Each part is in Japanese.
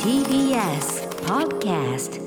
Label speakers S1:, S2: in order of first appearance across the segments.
S1: TBS Podcast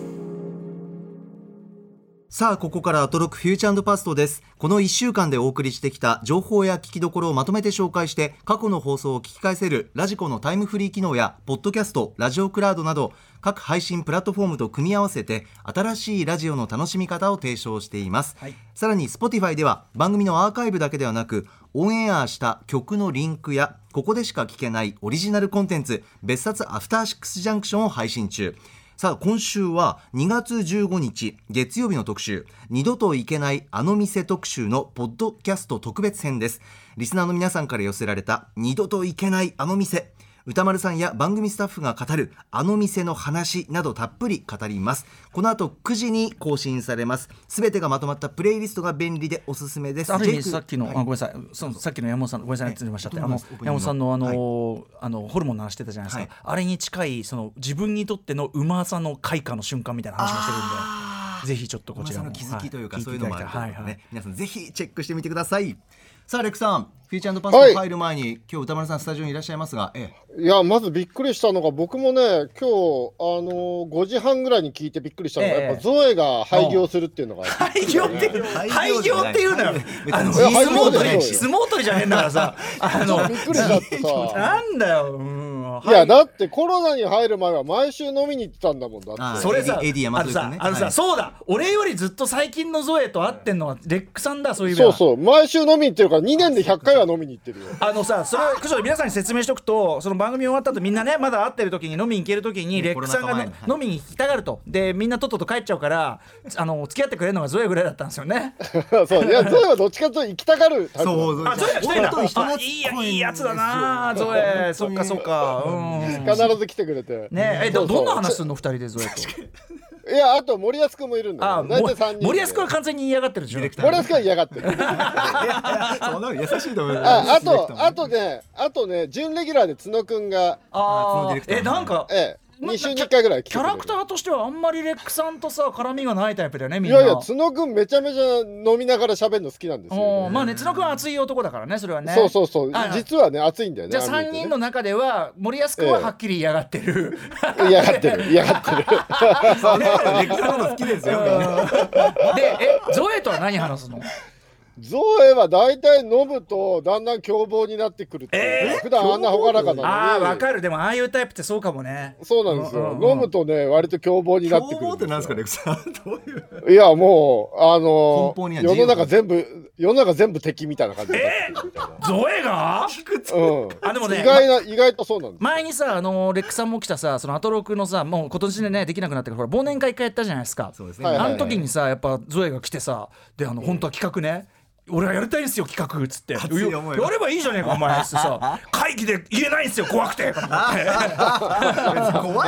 S2: さあここからアトロックフューチャーパストですこの1週間でお送りしてきた情報や聞きどころをまとめて紹介して過去の放送を聞き返せるラジコのタイムフリー機能やポッドキャストラジオクラウドなど各配信プラットフォームと組み合わせて新しいラジオの楽しみ方を提唱しています、
S3: はい
S2: さらに Spotify では番組のアーカイブだけではなくオンエアした曲のリンクやここでしか聞けないオリジナルコンテンツ別冊アフターシックスジャンクションを配信中さあ今週は2月15日月曜日の特集二度と行けないあの店特集のポッドキャスト特別編ですリスナーの皆さんから寄せられた二度と行けないあの店歌丸さんや番組スタッフが語るあの店の話などたっぷり語りますこの後9時に更新されますすべてがまとまったプレイリストが便利でおすすめです
S3: ある意
S2: ジェイ
S3: 味
S2: ク
S3: さっきの、あごめんなさいそのさっきの山本さんのごめんなさい失礼しましたって
S2: え
S3: あ
S2: どうもで
S3: の
S2: す
S3: 山本さんのあの,、
S2: オープニ
S3: あのホルモンの話してたじゃないですか、
S2: は
S3: あれに近いその自分にとってのうまさの開花の瞬間みたいな話もしてるんでぜひちょっとこちらも
S2: の気づきというか、
S3: は
S2: そういうのもある
S3: 聞
S2: と
S3: てただ
S2: い
S3: いうて
S2: ことでね、
S3: はいはい
S2: 皆さんぜひチェックしてみてくださいさあレックさんフィーチャーパスト入る前に、今日歌丸さんスタジオにいらっしゃいますがええ
S4: いや、まずびっくりしたのが、僕もね、今日、あのー、5時半ぐらいに聞いてびっくりしたのが、
S3: ええ
S4: やっぱゾエが廃業するっていうのが、
S3: 廃業って廃業っていうのよ
S2: 別に
S3: あの
S2: いや
S3: 相
S4: 廃業
S3: 撲
S4: じゃ
S3: 取
S4: ない
S3: り
S4: し
S3: 相撲取りじゃねえんだか らさ あの
S4: びっくりしちゃってさ。
S3: なんだようん
S4: いや、だってコロナに入る前は毎週飲みに行ってたんだもんだって。
S2: あ
S3: それさ、
S2: エディエディ山
S3: あの
S2: 添君
S3: さ
S2: ね、
S3: あのさ、
S2: はい
S3: そうだ、俺よりずっと最近のゾエと会ってんのはレックさんだ、そういう意味で
S4: そう
S3: は。
S4: そう、毎週飲みに行ってるから、2年で100回は飲みに行ってるよ。
S3: あのさ、それはちょっと皆さんに説明しておくと、その番組終わった後、みんなね、まだ会ってる時に飲みに行ける時に、レックさんが
S2: コロナ
S3: ね
S2: 禍前
S3: 飲みに行きたがると、で、みんなとっとと帰っちゃうから、あの付き合ってくれるのがゾエぐらいだったんですよね。
S4: そう、いや、ゾエはどっちかというと行きたがるタイプだ
S2: そう
S3: あ、ゾエが来てんだ
S2: 本当に人懐っ
S3: あ
S2: こ
S3: いい
S2: い
S3: や
S2: んですよ
S3: いいやつだな、ゾエ、そっかそっか、うん。
S4: 必ず来てくれて。
S3: ねえ、えど
S4: そうそう
S3: どんな話すんの、二人でゾエと。
S4: いや、あと森保君もいるん
S3: あ、
S4: だよ。大体3人で。
S3: 森保君は完全に嫌がってるでしょ。
S4: 森保君は嫌がってる。
S2: そんなの優しいと思います
S4: ああ
S2: ディレクターも
S4: と、あとね、あとね、準レギュラーで角くんが、
S2: あそのディ
S3: あ
S2: レ
S3: ー
S2: クター
S3: えなんか
S4: ええ、
S3: ま
S4: 2週に1回ぐらい来て
S3: キ
S4: く
S3: ャ
S4: れる
S3: ラクターとしてはあんまりレックさんとさ絡みがないタイプだよねみん
S4: い
S3: な
S4: やいや、角くんめちゃめちゃ飲みながら喋るの好きなんです
S3: お
S4: よ、
S3: ーまあね角君は熱い男だからねそれはね
S4: そうそうそう
S3: あ、
S4: 実はね、熱いんだよね。
S3: じゃあ
S4: ああ見え
S3: 3
S4: てね
S3: 人の中では森保君ははっきり嫌がって る、
S4: 嫌がっ てる、嫌がってる。
S2: それはディレクターのこと好きですよみんな
S3: でえゾエとは何話すの
S4: ゾエは大体飲むと、だんだん凶暴になってくるっていう、普段あんな朗らか
S3: あ
S4: な
S3: あ
S4: の
S3: わ
S4: に。
S3: かるでもああいうタイプってそうかもね
S4: そうなんです
S3: う
S4: よ
S3: ん。うん
S4: 飲むとね、割と凶暴になってく
S2: 凶暴
S4: る
S2: ってなんですかレック
S4: ね。
S2: さんどういう
S4: いや、もう、あの
S2: 根本には
S4: 世
S2: 自由
S4: の中全部、世の中全部敵みたいな感じになってくるみたい
S3: ゾエが
S4: な。うん。
S3: あでもね
S4: 意外な、意外とそうなんです。
S3: 前にさあのレックさんも来たさそのアトロクのさもう今年でねできなくなったからほら忘年会一回やったじゃないですか
S2: そうです
S4: はい
S2: ね
S4: はい
S3: あの時にさやっぱゾエが来てさであの本当は企画ね俺はやりたいんですよ企画っつってや
S2: 熱い思いを
S3: ればいいじゃねえかお前っつって さ会議で言えないんですよ怖くてと思って
S2: 怖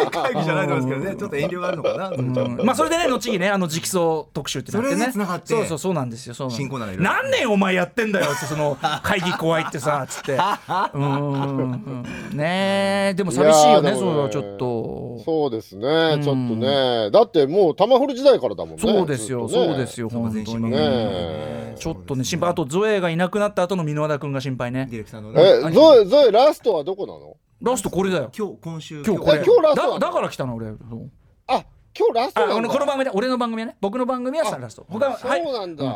S2: い会議じゃないと思うんですけどねちょっと遠慮があるのかな、
S3: うんまあそれでね後にねあの直訴特集ってなってね
S2: それで繋がって
S3: そうそうそうなんですよそうなんです
S2: 新コーナーがいろいろ
S3: 何年お前やってんだよってその会議怖いっ てさつってうーんねえでも寂しいよ
S4: い
S3: ね
S4: やーでもね
S3: それはちょっと
S4: そうですね、ちょっとね。だってもう、タマフル時代からだもんね。
S3: そうですよ
S4: ずっとね
S3: そうですよ本当に
S2: ね
S4: え
S3: ちょっとね心配あとゾエがいなくなった後の箕輪田君が心配ね
S2: ディレクターのね
S4: え、ゾエ、ゾエ、ラストはどこなの
S3: ラストこれだよ
S2: 今日今週
S3: 今日これ
S4: え今日ラストな
S3: だ
S4: の
S3: だから来たの俺そう
S4: あ、今日ラスト
S3: あ
S4: な
S3: こ
S4: んだ。
S3: のこの番組で俺の番組はね僕の番組はさラスト他ははい
S4: そうなんだ。
S3: うんうん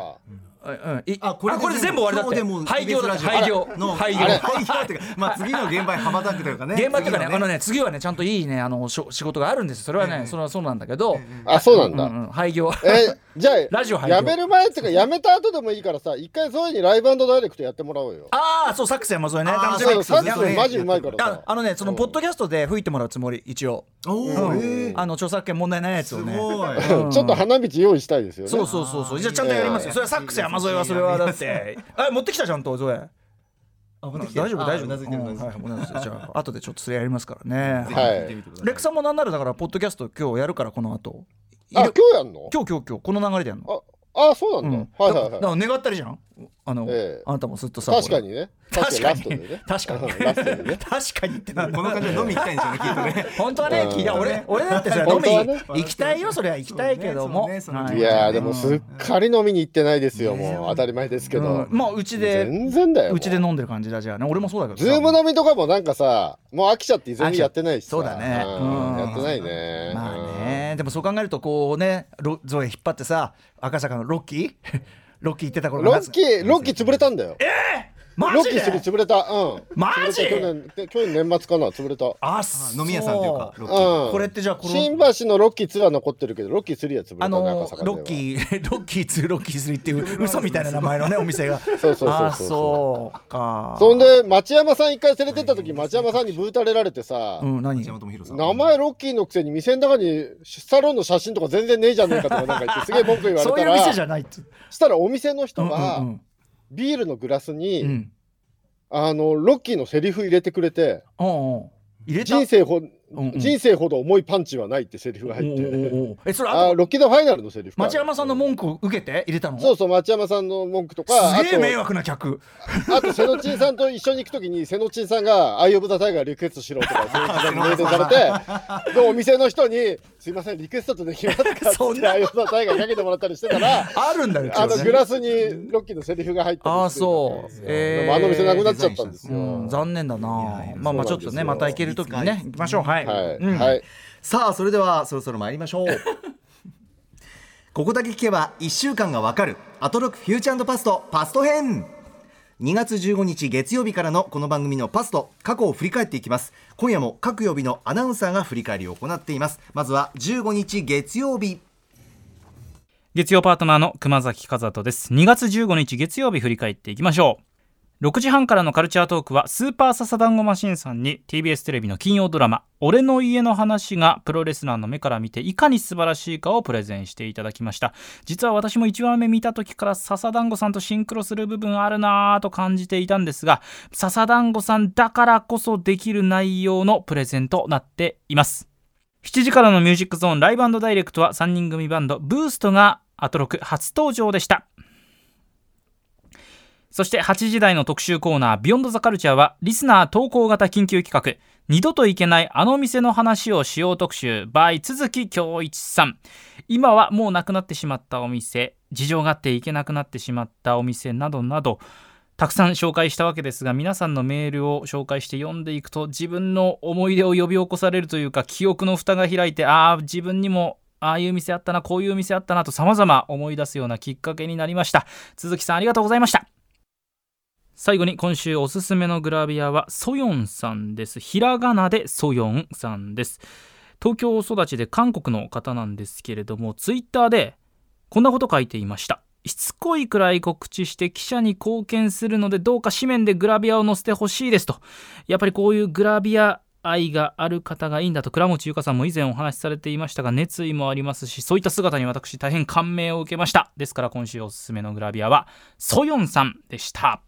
S3: い
S2: あ
S3: あ
S2: こ
S3: こ
S2: れ
S3: れ
S2: で
S3: 全部終わりだ
S2: 今日でも
S3: っ
S2: う
S3: て廃業だっ
S2: ラ
S3: て
S2: ジオ
S3: 廃業
S2: の
S3: 廃業
S2: あれ 廃業っていうかま あ次の現場へ羽ばたくというかね
S3: 現場っていうかね
S2: 次
S3: あのね次はねちゃんといいねあのしょ仕事があるんですそれはね、それはそうなんだけど、
S4: あ、そうなん
S3: うん
S4: だ。
S3: うん、廃業
S4: え、じゃあ、
S3: ラジオ入る
S4: やめる前っていうか、やめた後でもいいからさ、一回ゾエにライブダイレクトやってもらおうよ。
S3: ああそうサックス山添ね
S2: あー
S3: 楽し
S2: サックス
S3: み
S4: そう、サ
S2: ね
S4: ックスマジうまいから
S3: あ
S4: さ。
S3: あのねそのポッドキャストで吹いてもらうつもり一応、
S2: お
S3: う
S2: ーえ
S3: ん
S2: ー
S3: あの著作権問題ないやつ
S2: す
S3: を
S2: ご
S3: ね
S2: い
S3: うん
S4: ちょっと花道用意したいですよね。
S3: そうそうそうそうじゃあちゃんとやりますよ、
S2: ええ
S3: それはサックス山添はそれはだってあ持ってきたちゃんと添え
S2: あ持って
S3: 大
S2: きてる
S3: 丈夫
S2: あ
S3: 大丈
S2: う
S3: 夫
S2: なずいてる
S3: う
S2: うんなずい
S3: は
S2: て
S3: い
S2: る
S3: もうなずいてるじゃあ後でちょっとそれやりますからね
S4: は
S2: ぜ
S4: い
S2: ひ聞てみてくださ
S3: レックさんもなんならだからポッドキャスト今日やるからこの後い
S4: あ、
S3: る
S4: 今日やんの
S3: 今日今日今日この流れでやるの
S4: あ、ああ、そうなんだ。はいはい
S5: だ
S4: は
S5: か
S4: い。
S5: ら願ったりじゃんあの、
S4: ええ
S5: あなたもずっとさ
S4: 確かにね。
S5: 確か
S4: ラストで
S5: に
S4: ね。
S5: 確かに
S4: うんラストでね。
S5: 確かにってなんだ
S2: この感じで飲み行きたいんですよねきっとね
S5: 本当はね、
S4: うん
S5: いや俺俺だってそれ飲
S4: 本
S5: み
S4: 当はね
S5: 行きたいよそれは行きたいけども、
S2: そうねそうね
S5: は
S2: そうね
S4: いやーで
S5: う
S4: も
S5: ん
S4: すっかり飲みに行ってないですよ、もう当たり前ですけど、
S5: うんまあうちで
S4: 全然だよも
S5: うちで飲んでる感じだじゃあね俺もそうだけど
S4: ズーム飲みとかもなんかさもう飽きちゃって全然やってないしさ
S5: そうだね
S4: うん
S5: うん
S4: やってないね
S5: まあねでもそう考えるとこうねロゾエ引っ張ってさ赤坂のロッキー ロッキー行ってた
S4: う
S5: 頃
S4: ん
S5: が
S4: ロッキーロッキー潰れたんだよ
S5: マ
S4: ロッ
S5: ジ
S4: キーすぐ
S5: で
S4: 潰れたうん
S5: マジ
S4: 潰れた去年で去年年末かな潰れた
S5: あそう
S2: 飲み屋さんというかロッキー
S4: うん
S5: これってじゃあこの
S4: 新橋のロッキー2は残ってるけどロッキー3は潰れた
S5: あ
S4: ね
S5: の
S4: 赤坂では
S5: ロッキー ロッキー2ロッキー3っていう嘘みたいな名前のねお店が
S4: そうそうそうそう
S5: あそうか
S4: そんで町山さん一回連れてった時町山さんにブータれられてさ、
S5: うん何
S2: 山本博さん
S4: 名前ロッキーのくせに店の中にサロンの写真とか全然ねえじゃねえかとかなんか言ってすげえ文句言われ
S5: そうい
S4: た
S5: う店じ
S4: ら
S5: ゃないって
S4: したらお店の人
S5: うんう
S4: が
S5: ん
S4: ビールのグラスに、
S5: うんうん
S4: あのロッキーのセリフ入れてくれて
S5: うんうん入れた
S4: 人生ほ、
S5: んうん
S4: 人生ほど重いパンチはないってセリフが
S5: おう
S4: 入って
S5: おうおうえそれ
S4: あ
S5: あ
S4: ー
S5: と
S4: ロッキーのファイナルのセリフか
S5: 町山さんの文句を受けて入れたの
S4: そうそう町山さんの文句とかあ
S5: すげえ迷
S4: と
S5: 惑な客
S4: あと瀬野珍さんと一緒に行くときに瀬野珍さんが「アイ・オブ・ザ・タイガーリクエストしろ」とかそういう感じで命令さ れてでお店の人に「すいませんリクエストってできますか?」
S5: そ
S4: っ
S5: ん
S4: て「
S5: な
S4: アイ・オブ・ザ・タイガー」かけてもらったりしてたら
S5: あるんだよ
S4: あのグラ
S5: ス
S4: スにロッキーのセリフが入ってる
S5: ああそうえ
S4: でもあの店なくなっ
S2: デ
S4: ち
S2: ザイ
S4: ゃっ
S2: ンした
S4: た
S2: ん
S4: ん
S2: で
S4: ですす
S2: ね
S4: よ。
S5: うん残念だなまあまあちょっとねまた行ける時にね行きましょうはい
S4: はい、
S5: うん
S4: はい
S2: さあそれではそろそろ参りま しょうここだけ聞けば1週間がわかるアトロックフューチャーパストパスト編2月15日月曜日からのこの番組のパスト過去を振り返っていきます今夜も各曜日のアナウンサーが振り返りを行っていますまずは15日月曜日
S6: 月曜パートナーの熊崎和人です2月15日月曜日振り返っていきましょう6時半からのカルチャートークはスーパーササダンゴマシンさんに TBS テレビの金曜ドラマ「俺の家の話」がプロレスラーの目から見ていかに素晴らしいかをプレゼンしていただきました実は私も1話目見た時から笹団子さんとシンクロする部分あるなぁと感じていたんですが笹団子さんだからこそできる内容のプレゼンとなっています7時からのミュージックゾーンライブダイレクトは3人組バンドブーストがアトロク初登場でしたそして8時台の特集コーナー「ビヨンドザカルチャーはリスナー投稿型緊急企画二度と行けないあの店の話をしよう特集 by 都木恭一さん今はもうなくなってしまったお店事情があって行けなくなってしまったお店などなどたくさん紹介したわけですが皆さんのメールを紹介して読んでいくと自分の思い出を呼び起こされるというか記憶の蓋が開いてああ自分にもああいう店あったなこういう店あったなと様々思い出すようなきっかけになりました鈴木さんありがとうございました最後に今週おすすめのグラビアはソヨンさんですひらがなでソヨンさんです東京育ちで韓国の方なんですけれどもツイッターでこんなこと書いていましたしつこいくらい告知して記者に貢献するのでどうか紙面でグラビアを載せてほしいですとやっぱりこういうグラビア愛がある方がいいんだと倉持優香さんも以前お話しされていましたが熱意もありますしそういった姿に私大変感銘を受けましたですから今週おすすめのグラビアはソヨンさんでした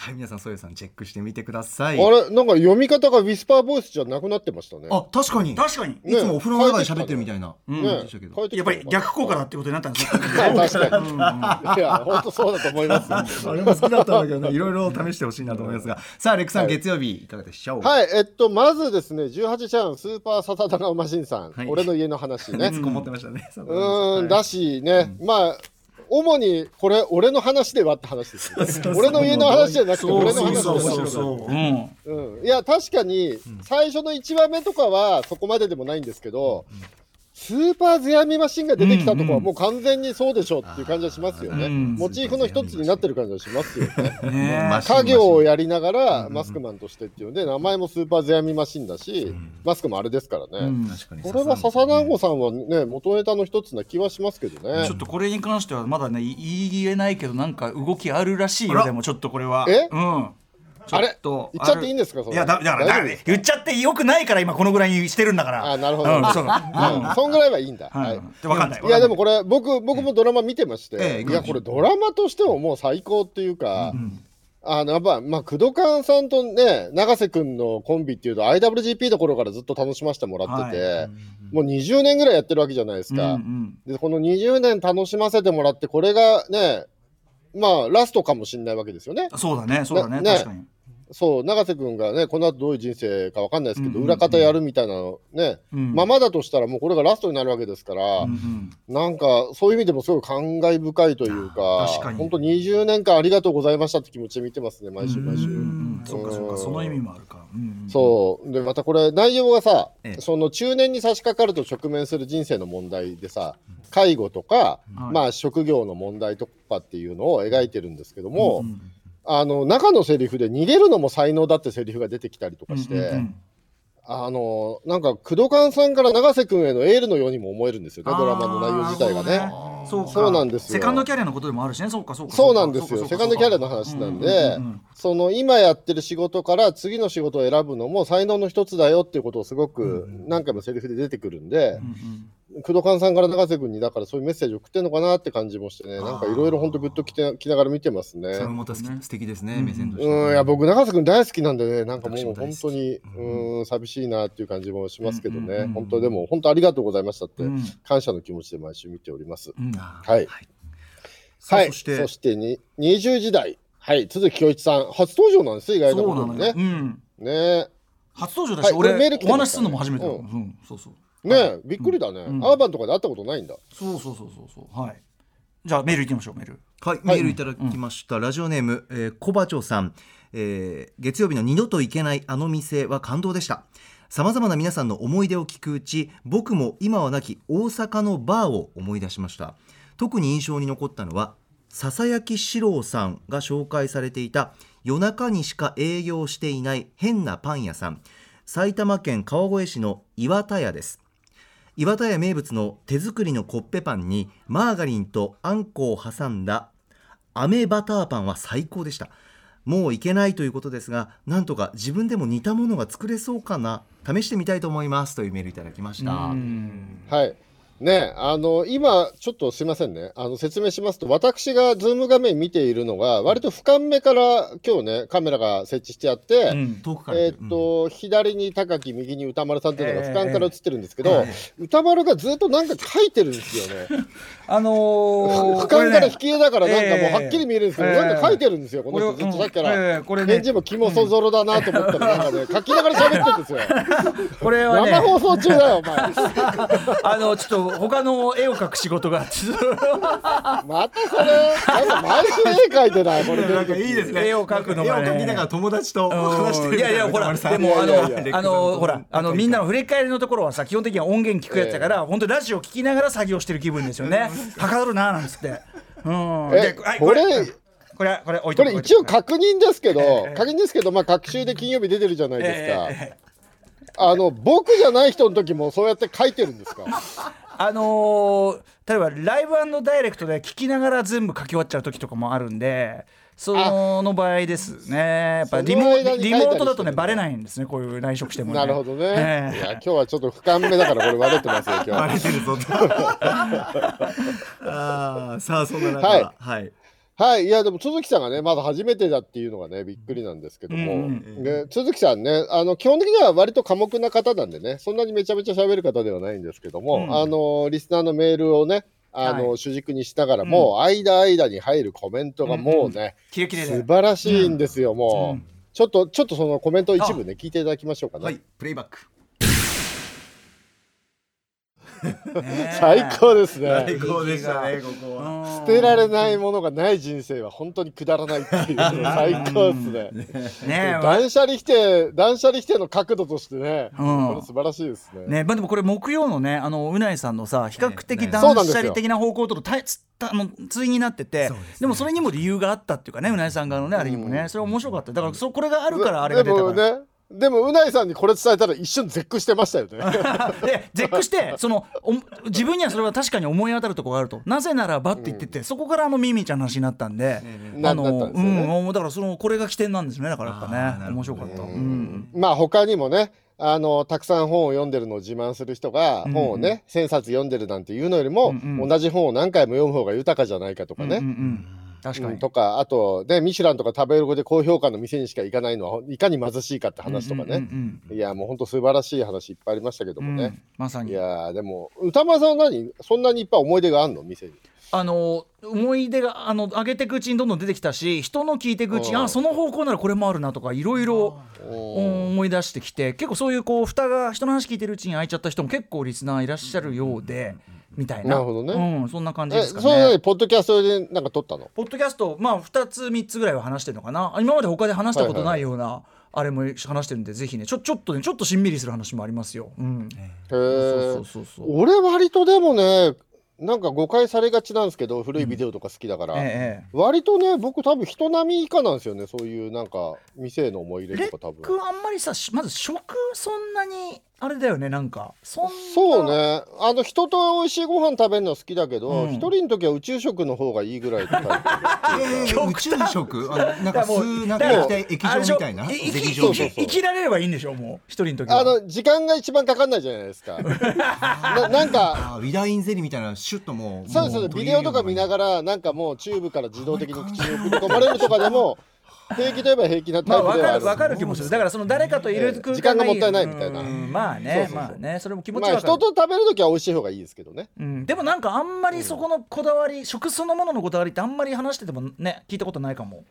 S2: はい皆さんそういうさんチェックしてみてくださ
S4: あ
S2: い
S4: れなんか読み方がウィスパーボイスじゃなくなってましたね。
S2: あ確かに
S3: 確かに
S2: いつもお風呂の中で喋ってるみたいな、うん
S4: ね
S2: でしたけど
S4: 変えてきた
S3: やっぱり逆効果だってことになったんですよ
S4: 確かに。いや、本当そうだと思いますよ。
S2: あれも好きだったんだけどね、いろいろ試してほしいなと思いますが、 さあ、レックさん、
S4: はい
S2: 月曜日いかがでしょう。
S4: はい、えっと、まずですね、18チャン、スーパーサタダガマシンさん、
S2: はい
S4: 俺の家の話 ね。
S2: 熱こもってましたね。
S4: うーん、だしね、まあ、主にこれ、俺の話ではって話ですよね、俺の家の話じゃなくて、俺の話で
S3: そうそ
S4: は
S3: うそう
S6: うん
S4: うん。いや、確かに、最初の1話目とかはそこまででもないんですけど、スーパーゼアミマシンが出てきたとこはもう完全にそうでしょうっていう感じはしますよね。
S6: うん
S4: モチーフの一つになってる感じはしますよね。
S3: ね
S2: マシン
S4: 家業をやりながらマスクマンとしてっていうんで、名前もスーパーゼアミマシンだし、マスクもあれですからね。
S2: 確かに
S4: これは笹団子さんはね、元ネタの一つな気はしますけどね
S3: ちょ。っとこれに関してはまだね言い言えないけどなんか動きあるらしい
S2: あら
S3: よでもちょっとこれは
S4: え
S3: うん
S4: あれ
S3: ちょと
S4: 言っちゃっていいんですか
S3: あ
S4: それ
S3: るいやだだから
S4: 大
S3: だから
S4: 丈夫ですか
S3: 言っちゃってよくないから今このぐらいにしてるんだから
S4: あなるほど
S3: うんそう
S4: うんそんぐらいはいいんだ。
S3: うん
S4: は
S3: う
S4: い
S3: んでわかんない
S4: いやでもこれ僕僕もドラマ見てまして、
S2: ええ
S4: いやこれドラマとしてももう最高っていうか、あの、やっぱ、まあ、工藤勘さんとね、永瀬くんのコンビっていうと、IWGP の頃からずっと楽しませてもらってて、
S3: はい
S4: もう20年ぐらいやってるわけじゃないです
S3: うんう
S4: か。
S3: ん
S4: で、この20年楽しませてもらって、これがね、まあ、ラストかもしれないわけですよね。
S3: そうだね、そうだね、
S4: ね
S3: 確かに。
S4: そう、永瀬くんがね、この後どういう人生かわかんないですけ
S3: うん
S4: ど、
S3: うんうん
S4: 裏方やるみたいなのね、
S3: うん
S4: ままだとしたらもうこれがラストになるわけですから、
S3: うんうん
S4: なんか、そういう意味でもすごい感慨深いというか、
S3: 確かに
S4: 本当20年間ありがとうございましたって気持ちで見てますね、毎週毎
S3: うんう
S4: 週。
S3: んうんそうかそうか、その意味もあるか。うんうん
S4: そう。で、またこれ、内容がさ
S2: え、え
S4: その中年に差し掛かると直面する人生の問題でさ、介護とか、
S3: はい
S4: まあ職業の問題とかっていうのを描いてるんですけど
S3: う
S4: も
S3: ん、
S4: あの、中のセリフで逃げるのも才能だってセリフが出てきたりとかし
S3: うんうんう
S4: て、
S3: ん
S4: あの、なんか、工藤勘さんから永瀬くんへのエールのようにも思えるんですよね、ドラマの内容自体が
S3: あ
S4: ね。
S3: ーそうか
S4: そうなんですよ
S3: セカンドキャリアのことでもあるしね、そうかそうか。
S4: そうなんですよ。
S3: そうか
S4: セ
S3: そ
S4: カ
S3: う
S4: ン
S3: か
S4: ドキャリアの話なん
S3: うん
S4: で
S3: うんうん、
S4: その今やってる仕事から次の仕事を選ぶのも才能の一つだよっていうことをすごく何回もセリフで出てくるんで、工藤勘さんから永瀬君にだからそういうメッセージ送ってんのかなって感じもしてね、なんかいろいろ本当グッときてきながら見てますね
S2: それ。もまた好き素敵ですね、目線として。
S4: うん、いや、僕、永瀬君大好きなんでね、なんかも
S2: 私
S4: う
S2: も大
S4: 本
S2: 好き
S4: 当に、うん、寂しいなっていう感じもしますけど
S3: うんうんう
S4: ね
S3: ん、
S4: 本当でも、本当ありがとうございましたって
S3: うん、
S4: 感謝の気持ちで毎週見ております。
S3: うん
S2: あー
S4: はい
S2: さあ
S4: は
S2: そ
S4: い、そ
S2: し
S4: しててに20時代、はい、鈴木恭一さん、初登場なんです、意外な
S3: そ
S4: こ
S3: うな
S4: と
S3: の
S4: に
S3: よ
S4: ね。
S3: うん
S4: ね
S3: 初登場だし、
S4: はいこれメール
S3: 俺
S4: 来、て
S3: お話
S4: ます
S3: しするのも初めてだ。う
S4: うん
S3: ん、そうそう。
S4: え、ねえ、びっくりだね、
S3: うん
S4: アーバンとかで会ったことないんだ。
S3: そうそうそうそうそう。はい。じゃあメール行きましょう、メール。
S2: はい、メールいただきました、ラジオネーム、えー、小葉町さん、えー月曜日の二度と行けないあの店は感動でしたさまざまな皆さんの思い出を聞くうち僕も今はなき大阪のバーを思い出しました特に印象に残ったのは笹焼史郎さんが紹介されていた夜中にしか営業していない変なパン屋さん埼玉県川越市の岩田屋です岩田屋名物の手作りのコッペパンにマーガリンとあんこを挟んだ飴バターパンは最高でしたもういけないということですがなんとか自分でも似たものが作れそうかな試してみたいと思いますというメールいただきました
S4: はい。ねえ、あの、今、ちょっとすいませんね。あの、説明しますと、私がズーム画面見ているのが、割と俯瞰目から今日ね、カメラが設置してあって、
S2: 遠くから
S4: え
S2: 見
S4: ー
S2: て
S4: っと、左に高木、右に歌丸さんっていうのが
S5: ええ
S4: 俯瞰から映ってるんですけど、
S2: え
S4: 歌丸がずっとなんか書いてるんですよ ね。
S5: あのー、
S4: 俯瞰から引き絵だからなんかも
S5: え
S4: う
S5: え
S4: はっきり見えるんですけど、
S5: ええ
S4: なんか書いてるんですよ、こ
S5: これ
S4: の人ずっとさっきから。
S5: うんええこれね
S4: 返事も気もそぞろだなと思ったら、なんかね、書きながら喋ってるんですよ。
S5: これはね
S4: 生放送中だよ、お前。
S5: あのちょっと他の絵を描く仕事が
S4: またそれ、なんか毎週絵描いてない、これ出る時。
S5: 絵を描くのがね
S2: 友達と
S5: うんいやいやほらでもあ
S4: いやいやい
S5: のあのほらあのみんなの振り返りのところはさ基本的には音源聞くやつだから本当にラジオ聞きながら作業してる気分ですよねはかどるななんつってうん
S4: え
S5: ではい
S4: これ
S5: これこれ置い
S4: こ
S5: く
S4: とれ一応
S5: 置いとく
S4: 確認ですけど、確認ですけど、まあ、各週で金曜日出てるじゃないですか。あの、僕じゃない人の時もそうやって書いてるんですか
S5: あのー例えばライブダイレクトで聞きながら全部書き終わっちゃう時とかもあるんでその場合ですねやっぱリモ
S4: その間に書い
S5: リ
S4: たりしてるんだ
S5: モートだとねバレないんですねこういう内職してもね
S4: なるほどね。い
S5: ええ
S4: や、今日はちょっと俯瞰目だからこれ割れてますよ、今日
S2: バ
S4: は。
S2: レてるぞあーさあそんな中
S4: はい
S2: はい
S4: はい、いや、でも、都木さんがね、まだ初めてだっていうのがね、びっくりなんですけども、で都木さんね、あの、基本的には割と寡黙な方なんでね、そんなにめちゃめちゃ喋る方ではないんですけども、あの、リスナーのメールをね、あの、
S5: は
S4: 主軸にしながらも、間間に入るコメントがもうね、
S5: キレキレで
S4: 素晴らしいんですよ、もう、ちょっと、ちょっとそのコメントを一部ね、聞いていただきましょうかね。
S2: はいプレイバック
S4: 最高ですね。
S2: 高でしたねここは
S4: 捨てられないものがない人生は本当にくだらないって いう、最高ですね。
S5: ねえ
S4: 断捨離否定、断捨離否定の角度としてね、
S3: うん
S4: これ素晴らしいですね。
S3: ね、まあ、でもこれ木曜のね、あのうないさんのさ、比較
S2: ええ
S3: 的
S2: ね
S3: 断
S4: そうなんです
S3: 捨
S4: よ
S3: 離的な方向との対、つた、あの、対になってて。で
S2: うですね
S3: も、それにも理由があったっていうかね、うないさん側のね、あれにもね、それ面白かった。だから、そう、これがあるから、あれが出た
S4: で
S3: か
S4: も
S3: ら。
S4: ね、でもうないさんにこれ伝えたら一瞬絶句してましたよ ね。
S3: で絶句してそのお自分にはそれは確かに思い当たるところがあるとなぜならばって言ってて、そこからあのミーミーちゃんの話になったんで、
S4: な
S3: あ
S4: なった
S3: のう
S4: んですよね
S3: んもうだからそのこれが起点なんですねだからやっ
S2: あー
S3: ぱ
S2: な
S3: ね
S2: る
S3: 面
S2: ほど
S3: 白
S2: ね
S3: かった、うん
S4: まあ他にもね、あのたくさん本を読んでるのを自慢する人が本をね、1,000冊読んでるなんていうのよりも、同じ本を何回も読む方が豊かじゃないかとかね、
S3: うん確か
S4: うん
S3: に。
S4: とかあとねミシュランとか食べログで高評価の店にしか行かないのはいかに貧しいかって話とかね、
S3: うんうん
S4: いやもう本当素晴らしい話いっぱいありましたけど
S3: うん
S4: も
S3: う
S4: ね
S3: ん、まさ
S4: い
S3: に。
S4: やーでも歌丸さんは何そんなにいっぱい思い出があんの店に
S3: あの思い出があの上げてくうちにどんどん出てきたし人の聞いてくうちに
S4: うん
S3: あその方向ならこれもあるなとかいろいろ
S4: うん
S3: 思い出してきて結構そういうこう蓋が人の話聞いてるうちに開いちゃった人も結構リスナーいらっしゃるようでみたいな
S4: なるほどね
S3: うん、そんな感じ
S4: え
S3: です
S4: そ
S3: か
S4: うな
S3: ね
S4: に。ポッドキャストでなんか撮ったの
S3: ポッドキャスト、まあ、2つ3つぐらいは話してるのかな今まで他で話したことないようなあれも話してるんでぜひねちょちょっとねちょっとしんみりする話もありますよ。うん、
S4: へ
S3: そう
S4: ー
S3: そうそうそう。
S4: 俺割とでもねなんか誤解されがちなんですけど古いビデオとか好きだから、
S3: ええ
S4: 割とね僕多分人並み以下なんですよねそういうなんか店への思い入
S3: レ
S4: れとか多
S3: ッ
S4: 分
S3: クあんまりさしまず食そんなにあれだよねなんかそんな
S4: そうねあの人と美味しいご飯食べるの好きだけど
S3: うん
S4: 一、人の時は宇宙食の方がいいぐらいのタイプ
S2: えー宇宙食あのなんか吸うなんか
S4: だから
S2: 液体液
S3: あれでし
S2: 状
S3: ょ
S2: みたいな
S3: 生き
S2: 液
S4: そ
S2: 状
S4: うそう
S3: 生きられればいいんでしょもう一人の時は
S4: あの時間が一番かかんないじゃないですかななんか
S2: あーウィダインゼリーみたいなシュッともう
S4: そうですそうですビデオとか見ながらなんかもうチューブから自動的に口に送り込まれるとかでも平気といえば平気な
S3: ま
S4: タイ
S3: あ
S4: プ
S3: 分
S4: で
S3: か
S4: はあ
S3: る
S4: る
S3: 分かる気もするだからその誰かとい
S4: え
S3: る
S4: え
S3: 空間
S4: 時間がもったいないみたいな
S3: うんまあ
S4: そう
S3: ね
S4: そうそう
S3: まあねそれも気持ち
S4: まあ
S3: は分か
S4: 人
S3: る
S4: と食べる時は美味しい方がいいですけどね
S3: うんでもなんかあんまりそこのこだわり食そのもののこだわりってあんまり話しててもね聞いたことないかも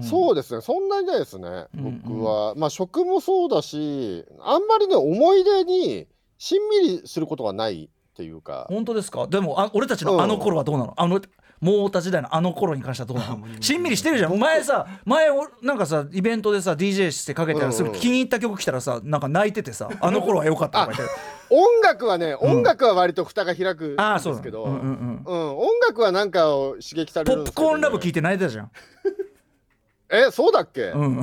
S4: そうですねそんなにないですね、僕はまあ食もそうだしあんまりね思い出にしんみりすることがないっていうか
S3: 本当ですかでもあ俺たちのあの頃はどうなのあのモータ時代のあの頃に関してはどうなのしんみりしてるじゃん前さ前おなんかさイベントでさ DJ してかけたらすぐ
S4: うんうん
S3: 気に入った曲来たらさなんか泣いてて さあの頃は良かったとか言って
S4: 音楽はね音楽は割と蓋が開くん
S3: あ
S4: で
S3: あそうな
S4: す
S3: ん
S4: け
S3: だ
S4: ど、
S3: うんうんうん
S4: うん、音楽はなんかを刺激さ
S3: ポ
S4: れるん
S3: ップ
S4: ですけどね、
S3: コーンラブ聞いて泣いてたじゃん
S4: えそうだっけ、
S3: うん
S4: 違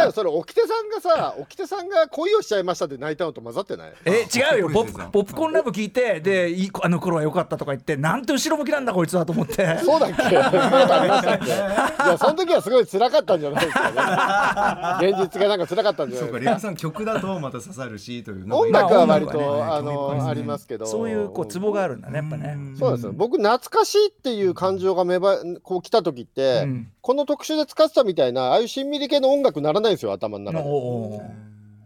S4: うよそれ沖手さんがさ沖手さんが恋をしちゃいましたって泣いたのと混ざってない
S3: え違うよ
S2: ポ
S3: ポ
S2: ップコーンラブですよ
S3: ップポップコーンラブ聞いてでいいあの頃は良かったとか言ってなんて後ろ向きなんだこいつはと思って
S4: そうだっけそういうことありましたっけいやその時はすごい辛かったんじゃないですかね現実がなんか辛かったんじゃ
S2: そ
S4: ないう
S2: か
S4: です
S2: レアさん曲だとまた刺さるしという
S4: 音楽は割
S3: まあ音
S4: と、あのありますけど
S3: そういうこうツボがあるんだねやっぱね
S4: そうなんですよ僕懐かしいっていう感情が芽生えこう来た時って、
S3: うん
S4: この特集で使ってたみたいなああいうしんみり系の音楽ならないんですよ頭の
S3: お
S4: 中で、
S3: おお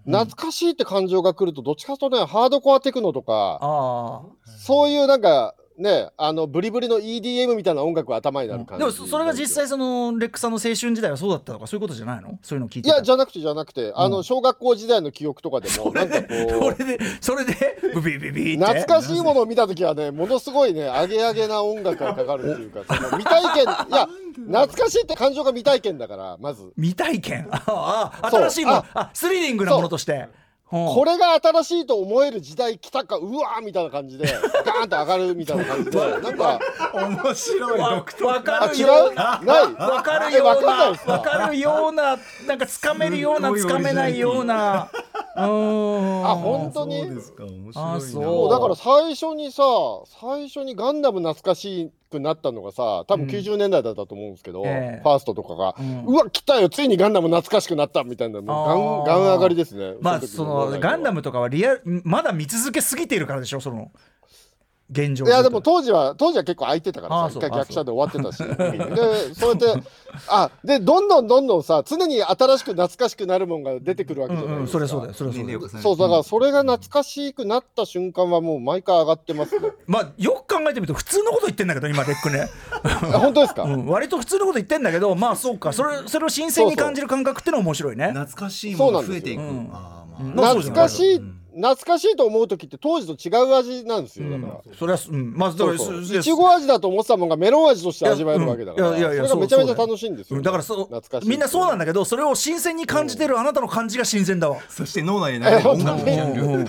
S4: 懐かしいって感情が来るとどっちかというとねハードコアテクノとか
S3: ああ
S4: そういうなんかねあのブリブリの EDM みたいな音楽が頭になる感じ
S3: でもそそれが実際そのレックさんの青春時代はそうだったとかそういうことじゃないのそういうの聞い
S4: い
S3: てた
S4: やじゃなくてじゃなくてあの小学校時代の記憶とかでもなんか
S3: そ
S4: こ
S3: れで
S4: う
S3: それでブビビビって
S4: 懐かしいものを見た時はねものすごいねアゲアゲな音楽がかかるっていうか その未体験いや懐かしいって感情が未体験だからまず
S3: 未体験ああ
S4: そう
S3: 新しいもの
S4: あ
S3: あスリリングなものとしてほう
S4: これが新しいと思える時代来たかうわーみたいな感じでガーンと上がるみたいな感じでなんか
S2: 面白い
S3: わ
S2: 独特
S3: わ
S4: あ
S3: かる
S4: 違
S3: よ
S4: う
S3: うな
S4: ない
S3: わかる
S4: え
S3: よ
S4: わ
S3: う
S4: か
S3: なん
S4: ないですか
S3: わかるようななんかつかめるような
S2: す
S3: つ
S2: ごい
S3: かめないようなうーん
S4: あ本当に
S2: そうですか面白いな
S3: あそう
S4: もうだから最初にさ最初にガンダム懐かしくなったのがさ多分90年代だったと思うんですけど、
S3: ええ
S4: ファーストとかが、うわ来たよついにガンダム懐かしくなったみたいなもうガ
S3: あ
S4: ン
S3: ー
S4: ガン上がりですね
S3: まあ
S4: 時
S3: そのガンダムとかはリアルまだ見続けすぎているからでしょその現状
S4: いやでも当時は当時は結構空いてたから
S3: あー
S4: さ
S3: そ
S4: 一
S3: う
S4: 回逆車で終わってたしでそうやってあでどんどんどんどんさ常に新しく懐かしくなるもんが出てくるわけじゃ
S3: う
S4: なんいうで
S3: んそ
S4: すか、
S3: れはそうだよそれはそ
S2: 年
S3: う
S2: 齢
S3: だよ
S2: を重ねて
S4: そうだからそれが懐かしくなった瞬間はもう毎回上がってます ね
S3: まあよく考えてみると普通のこと言ってんだけど今レック ね、
S4: あ本当ですか、
S3: うん、割と普通のこと言ってんだけどまあそうかそれそれを新鮮に感じる感覚ってのは面白いね
S2: 懐かしいものが増えていく
S3: そうなんですよ
S2: あーまあ
S3: うん
S4: 懐かしい、
S2: うん
S4: 懐かしいと思う時って当時と違う味なんですよだから、
S3: それはすうんまあだ
S4: そ
S3: か
S4: う
S3: ら
S4: そう
S3: そ
S4: いちご味だと思ってたもんがメロン味として味わえるわけだから、
S3: いやいやいや
S4: それがめちゃめちゃ
S3: そう
S4: 楽しいんですよ、
S3: うんだからそ
S4: 懐かし
S3: う
S4: い
S3: みんなそうなん
S4: だ
S3: だけどそれを新鮮に感じてるあなたの感じが新鮮だわ
S2: そして脳内で流れる音楽のジャンル
S3: うん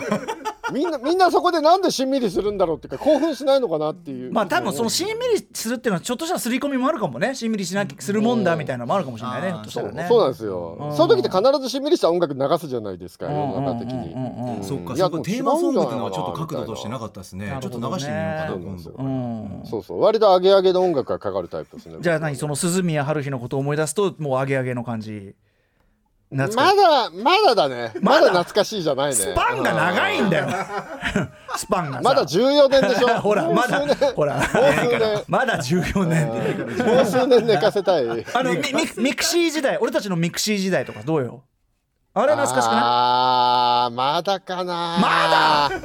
S4: みんなみんなそこでなんでしんみりするんだろうっていうか興奮しないのかなっていう
S3: まあ多分そのしんみりするっていうのはちょっとした刷り込みもあるかもねしんみりしなきするもんだみたいなのもあるかもしれないね
S2: うん
S3: ひょっとしたらね
S4: そうなんですよ、
S3: うん
S4: その時って必ずしんみりした音楽流すじゃないですか世
S3: うんうん
S4: の中的
S3: うん
S4: に、
S3: うんうん
S2: そっか
S4: いや
S2: そこテーマソングっていうのはちょっと
S4: 違うんだ
S2: 角
S4: ろうな
S2: 度としてなかったですね
S3: みた
S2: ちょっ
S3: いな
S2: と流してみようかな
S3: なるほ
S2: 今
S4: どね
S2: 度
S3: うん
S4: そうそう割とアゲアゲの音楽がかかるタイプですね
S3: じゃあ何その鈴宮春日のことを思い出すともうアゲアゲの感じ
S4: まだ、まだだね。まだ懐かしいじゃないね。
S3: スパンが長いんだよスパンがさ
S4: まだ14年でしょ
S3: ほらまだ
S4: もう数年
S3: ほら
S4: もう 数年
S3: まだ14年で
S4: もう数年寝かせたい。あれ
S3: あのミミミクシー時代俺たちのミクシー時代とかどうよあれ懐かしくな
S4: あー、まだかな。
S3: ま
S4: だ
S3: い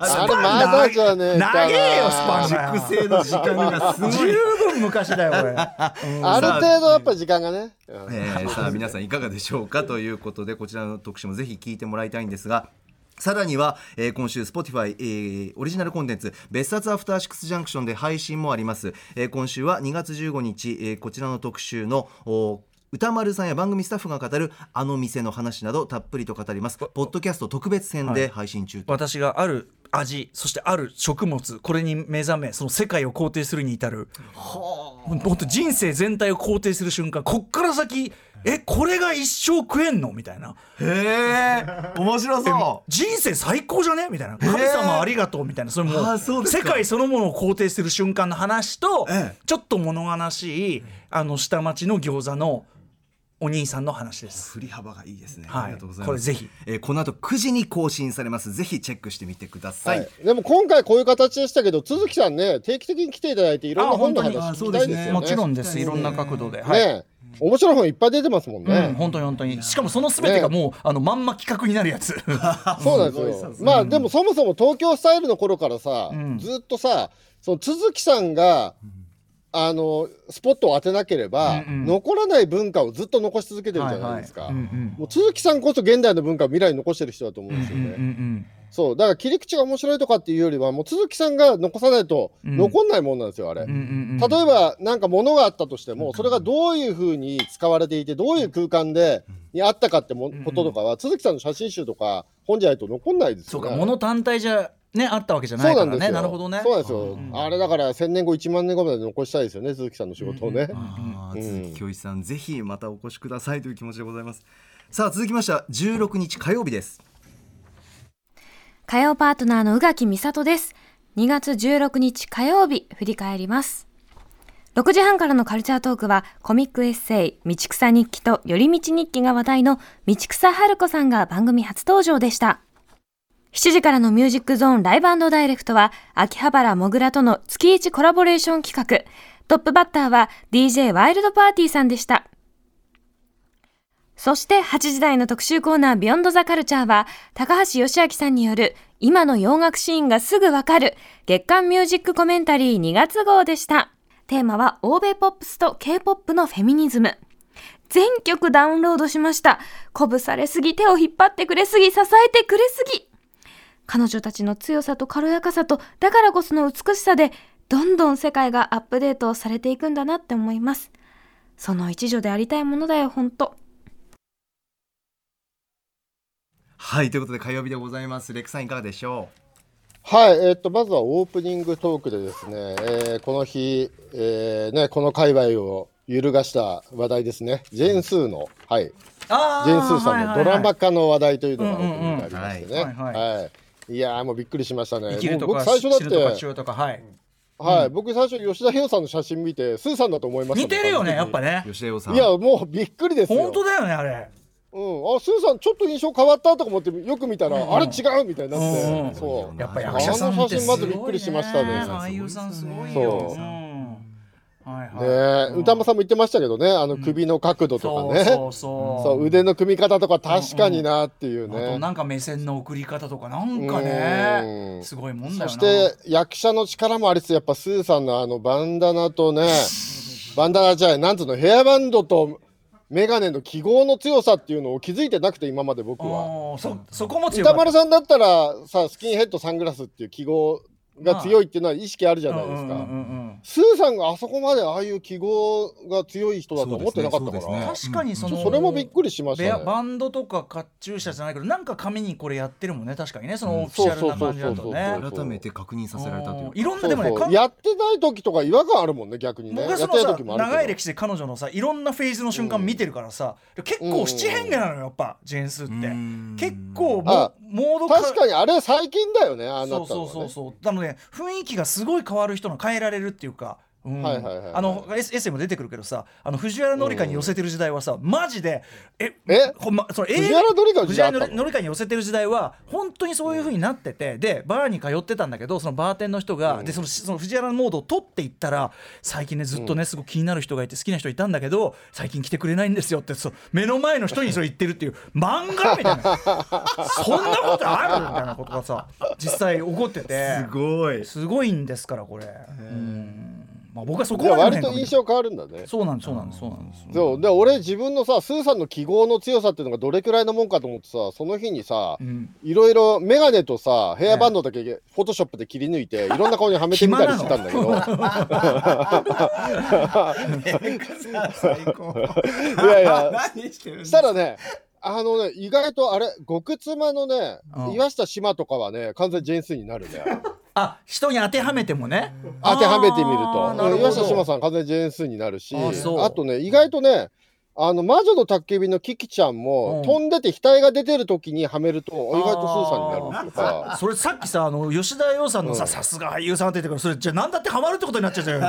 S4: あれ、まだじゃねえかな。
S3: 長えよスパンが
S2: 熟成の時間がすごい
S3: 十 分昔 だよこれ
S4: ある程度やっぱ時間がね。うん
S2: えーさあ皆さんいかがでしょうかということでこちらの特集もぜひ聞いてもらいたいんですが。さらには、えー今週 Spotify、えーオリジナルコンテンツ「別冊アフターシックスジャンクション」で配信もあります、えー今週は2月15日、えーこちらの特集のお歌丸さんや番組スタッフが語るあの店の話などたっぷりと語りますポッドキャスト特別編で配信中と、
S3: 私がある味そしてある食物これに目覚めその世界を肯定するに至る本当人生全体を肯定する瞬間こっから先えこれが一生食えんのみたいな
S2: へえ面白そ
S3: 人生最高じゃねみたいな神様ありがとうみたいなそれも
S2: あーそう
S3: う
S2: です
S3: 世
S2: か
S3: 界そのものを肯定する瞬間の話と
S2: ええ
S3: ちょっと物悲しいあの下町の餃子のお兄さんの話です。
S2: 振り幅がいいですね、
S3: はい
S2: ありがとうございます
S3: これぜひ、
S2: えーこの後9時に更新されますぜひチェックしてみてください、
S4: でも今回こういう形でしたけど、都築さんね、定期的に来ていただいて、いろんな本の話
S2: あ本当に
S4: 聞きたいですよね。
S3: もちろんですいろんな角度で、はい
S4: ねえ面白い本いっぱい出てますもん
S3: うん、
S4: ね。
S3: 本当に本当にしかもその全てがもう、あのまんま企画になるやつ
S4: そうなんですよ。まあでもそもそも東京スタイルの頃からさ、
S3: ん
S4: ずっとさ、その都築さんが、あのスポットを当てなければ、
S3: うんうん
S4: 残らない文化をずっと残し続けてるじゃないですか、
S3: はいはいうんうん
S4: もう都築さんこそ現代の文化を未来に残してる人だと思うんですよね、
S3: うん
S4: そうだから切り口が面白いとかっていうよりはもう都築さんが残さないと残んないもんなんですよ、あれ、
S3: うんうんうん
S4: 例えば何か物があったとしてもそれがどういうふうに使われていてどういう空間でにあったかってもこととかは都築さんの写真集とか本じゃないと残んないです
S3: そ
S4: よ
S3: う
S4: ね。
S3: か物単体じゃねあったわけじゃ
S4: そ
S3: な
S4: う
S3: い
S4: な
S3: か
S4: ん
S3: ら
S4: です
S3: ね
S4: よ。
S3: なるほどね
S4: そうなんですよ。あれだから1000年後1万年後まで残したいですよね、鈴木さんの仕事をね。
S2: あー鈴木恭一さん、ぜひまたお越しくださいという気持ちでございます。さあ続きましては16日火曜日です。
S1: 火曜パートナーの宇垣美里です。2月16日火曜日、振り返ります。6時半からのカルチャートークは、コミックエッセイ、道草日記と寄り道日記が話題の道草春子さんが番組初登場でした。7時からのミュージックゾーンライブダイレクトは、秋葉原もぐらとの月一コラボレーション企画。トップバッターは DJ ワイルドパーティーさんでした。そして8時台の特集コーナービヨンドザカルチャーは高橋義明さんによる今の洋楽シーンがすぐわかる月刊ミュージックコメンタリー2月号でした。テーマは欧米ポップスと K-POP のフェミニズム。全曲ダウンロードしました。鼓舞されすぎ、手を引っ張ってくれすぎ、支えてくれすぎ。彼女たちの強さと軽やかさと、だからこその美しさで、どんどん世界がアップデートされていくんだなって思います。その一助でありたいものだよ、ほんと。
S2: はいということで火曜日でございます。レックさんいかがでしょ
S4: はい、えっと、まずはオープニングトークでですね、えーこの日、えーね、この界隈を揺るがした話題ですね、ジェンスーの、はい、
S3: あ
S4: ジェンスーさんのドラマ化の話題というのがオ
S3: はいはいはい
S4: ープニングでありましてね。
S3: うんうんうんはい
S4: はい。いやーもうびっくりしましたね。
S3: 生きると
S4: もう
S3: か
S4: 僕最初だ
S3: 知るとか
S4: っ
S3: 知
S4: て、
S3: るとかはい
S4: はい、僕最初吉田ひろさんの写真見て、スーさんだと思いましたもん。
S3: 似てるよねやっぱね
S2: う。吉田洋さん。
S4: いや、もうびっくりですよ。
S3: 本当だよねあれ
S4: うん、あ、スーさんちょっと印象変わったとか思って、よく見たら、あれ違うみたいになって、
S3: うんうん
S4: そう。
S3: やっぱ役者さんってす
S4: あの写真ま
S3: ごい
S4: ず
S3: ね
S4: びっくりしましたね
S3: 俳優さんすごい
S4: そ
S3: よ
S4: う
S3: うんはい
S4: ね
S3: は
S4: え、歌間さんも言ってましたけどね、あの首の角度
S3: い
S4: と
S3: そう
S4: かね、
S3: そうそう
S4: そう腕の組み方とか確かになっていう
S3: あと
S4: ね。
S3: なんか目線の送り方とかなんかね
S4: うん
S3: すごいもんだよ
S4: そ
S3: な
S4: して役者の力もありつつ、やっぱスーさんのあのバンダナ とね、バンダナじゃない、なんつうの、ヘアバンドとメガネの記号の強さっていうのを気づいてなくて、今まで僕は。
S3: おーそそこも強か
S4: 歌
S3: った
S4: 丸さんだったらさ、スキンヘッド、サングラスっていう記号が強いっていうのは意識あるじゃないです
S3: うんうんう
S4: か。
S3: んうん
S4: スーさんがあそこまでああいう記号が強い人だとは思ってなかった
S2: そうで
S4: か
S2: すね
S4: ら。
S3: 確かにその
S4: それもびっくりしまし
S3: ベ
S4: た
S3: ア
S4: ね。
S3: バンドとか甲冑車じゃないけどなんか紙にこれやってるもんね確かにねそのオフィシャルな感じだと
S4: そうそうそうそう
S3: ね
S4: そう
S2: 改めて確認させられたという
S3: いろん
S4: そ
S3: なで
S4: う
S3: もね
S4: そ
S3: か
S4: うやってない時とか違和感あるもんね逆にね
S3: 僕
S4: や
S3: は
S4: っ
S3: そ
S4: てない
S3: のさ
S4: 時もあるけど
S3: 長い歴史で彼女のさいろんなフェーズの瞬間見てるからさ結
S4: うんうんう
S3: 構
S4: ん
S3: 七変化なのよやっぱジェンスって
S2: うん
S3: 結構
S4: あ
S3: もモード
S4: 確かにあれ最近だよねああ
S3: そ
S4: なっ
S3: う
S4: たの
S3: そ
S4: は
S3: う
S4: ね
S3: そうそうなので雰囲気がすごい変わる人の変えられるっていうかうん
S4: はいはいはい
S3: あのエッエッセイも出てくるけどさあの藤原紀香に寄せてる時代はさマジでえ
S4: え
S3: ほんまその
S4: 藤原紀香の時代あった
S3: 藤
S4: の
S3: 原紀香に寄せてる時代は本当にそういう風になっててでバーに通ってたんだけどそのバーテンの人が、でそのその藤原のモードを取っていったら最近ねずっとねすごく気になる人がいて好きな人いたんだけど最近来てくれないんですよってそう目の前の人にそれ言ってるっていう漫画みたいなそんなことあるみたいなことがさ実際起こってて
S2: すごい
S3: すごいんですからこれ。うんまあ僕はそこ
S4: じゃあ
S3: までの変化
S4: 割と
S3: もで
S4: 印象変わるんだね。
S3: そうなんですそうなんですそうなんです。
S4: そうで俺自分のさスーさんの記号の強さっていうのがどれくらいのもんかと思ってさその日にさ、
S3: ん
S4: いろいろメガネとさヘアバンドだけフォトショップで切り抜いていろんな顔にはめてみたりしてたんだけど
S2: 最高
S4: いやいや
S2: 何してるんで
S4: し
S2: す
S4: た
S2: から
S4: ねあのね意外とあれ極妻のね、
S3: うん
S4: 岩下志麻とかはね完全ジェーンスーになるね
S3: あ人に当てはめてもね。
S4: 当てはめてみ
S3: あーなる
S4: る
S3: ほ
S4: と
S3: ど
S4: 岩下志麻さん完全ジェーンスーになるし
S3: あーそう
S4: あとね意外とねあの魔女の宅急便のキキちゃん
S3: う
S4: も、
S3: ん
S4: 飛んでて額が出てる時にはめると意外とスーさんになるとか。
S3: それさっきさあの吉田羊さんのささすが俳優さんって言ってからそれじゃあ何だってハマるってことになっちゃうじゃん今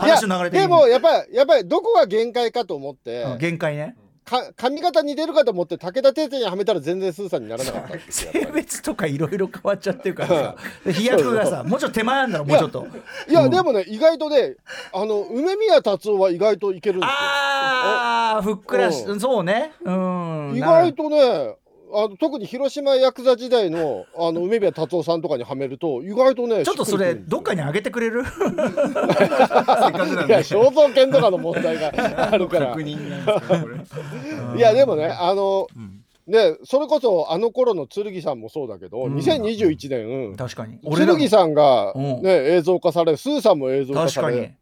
S3: 話の流れ的に
S4: でもやっぱりやっぱりどこが限界かと思って、
S3: うん限界 ね。
S4: か髪型似てるかと思って武田鉄矢にはめたら全然スーさんにならなか ったっていうや
S3: 性
S4: っぱり
S3: 別とかいろいろ変わっちゃってるからさで飛躍がさもうちょっと手前なんだろうもうちょっと。
S4: いや、でもね意外とねあの梅宮達夫は意外といけるんです
S3: ああふっくらし
S4: うん
S3: そうね。うん。
S4: よ意
S3: な
S4: 外
S3: る
S4: とねあの特に広島ヤクザ時代の あの梅宮達夫さんとかにはめると意外とね
S3: ちょっとそれどっか
S4: に
S3: にあげてくれる
S2: せっかくなん
S4: いや
S2: で
S4: 肖像権とかの問題があるから
S2: 確認なんですけどこれ
S4: いやでもねあの、ねそれこそあの頃の剣さんもそうだけど、2021年、
S3: 確 かに。ら
S4: 剣さんが、ね
S3: うん
S4: 映像化されスーさんも映像化
S3: 確
S4: さ
S3: か
S4: れ、
S3: に
S4: ね、。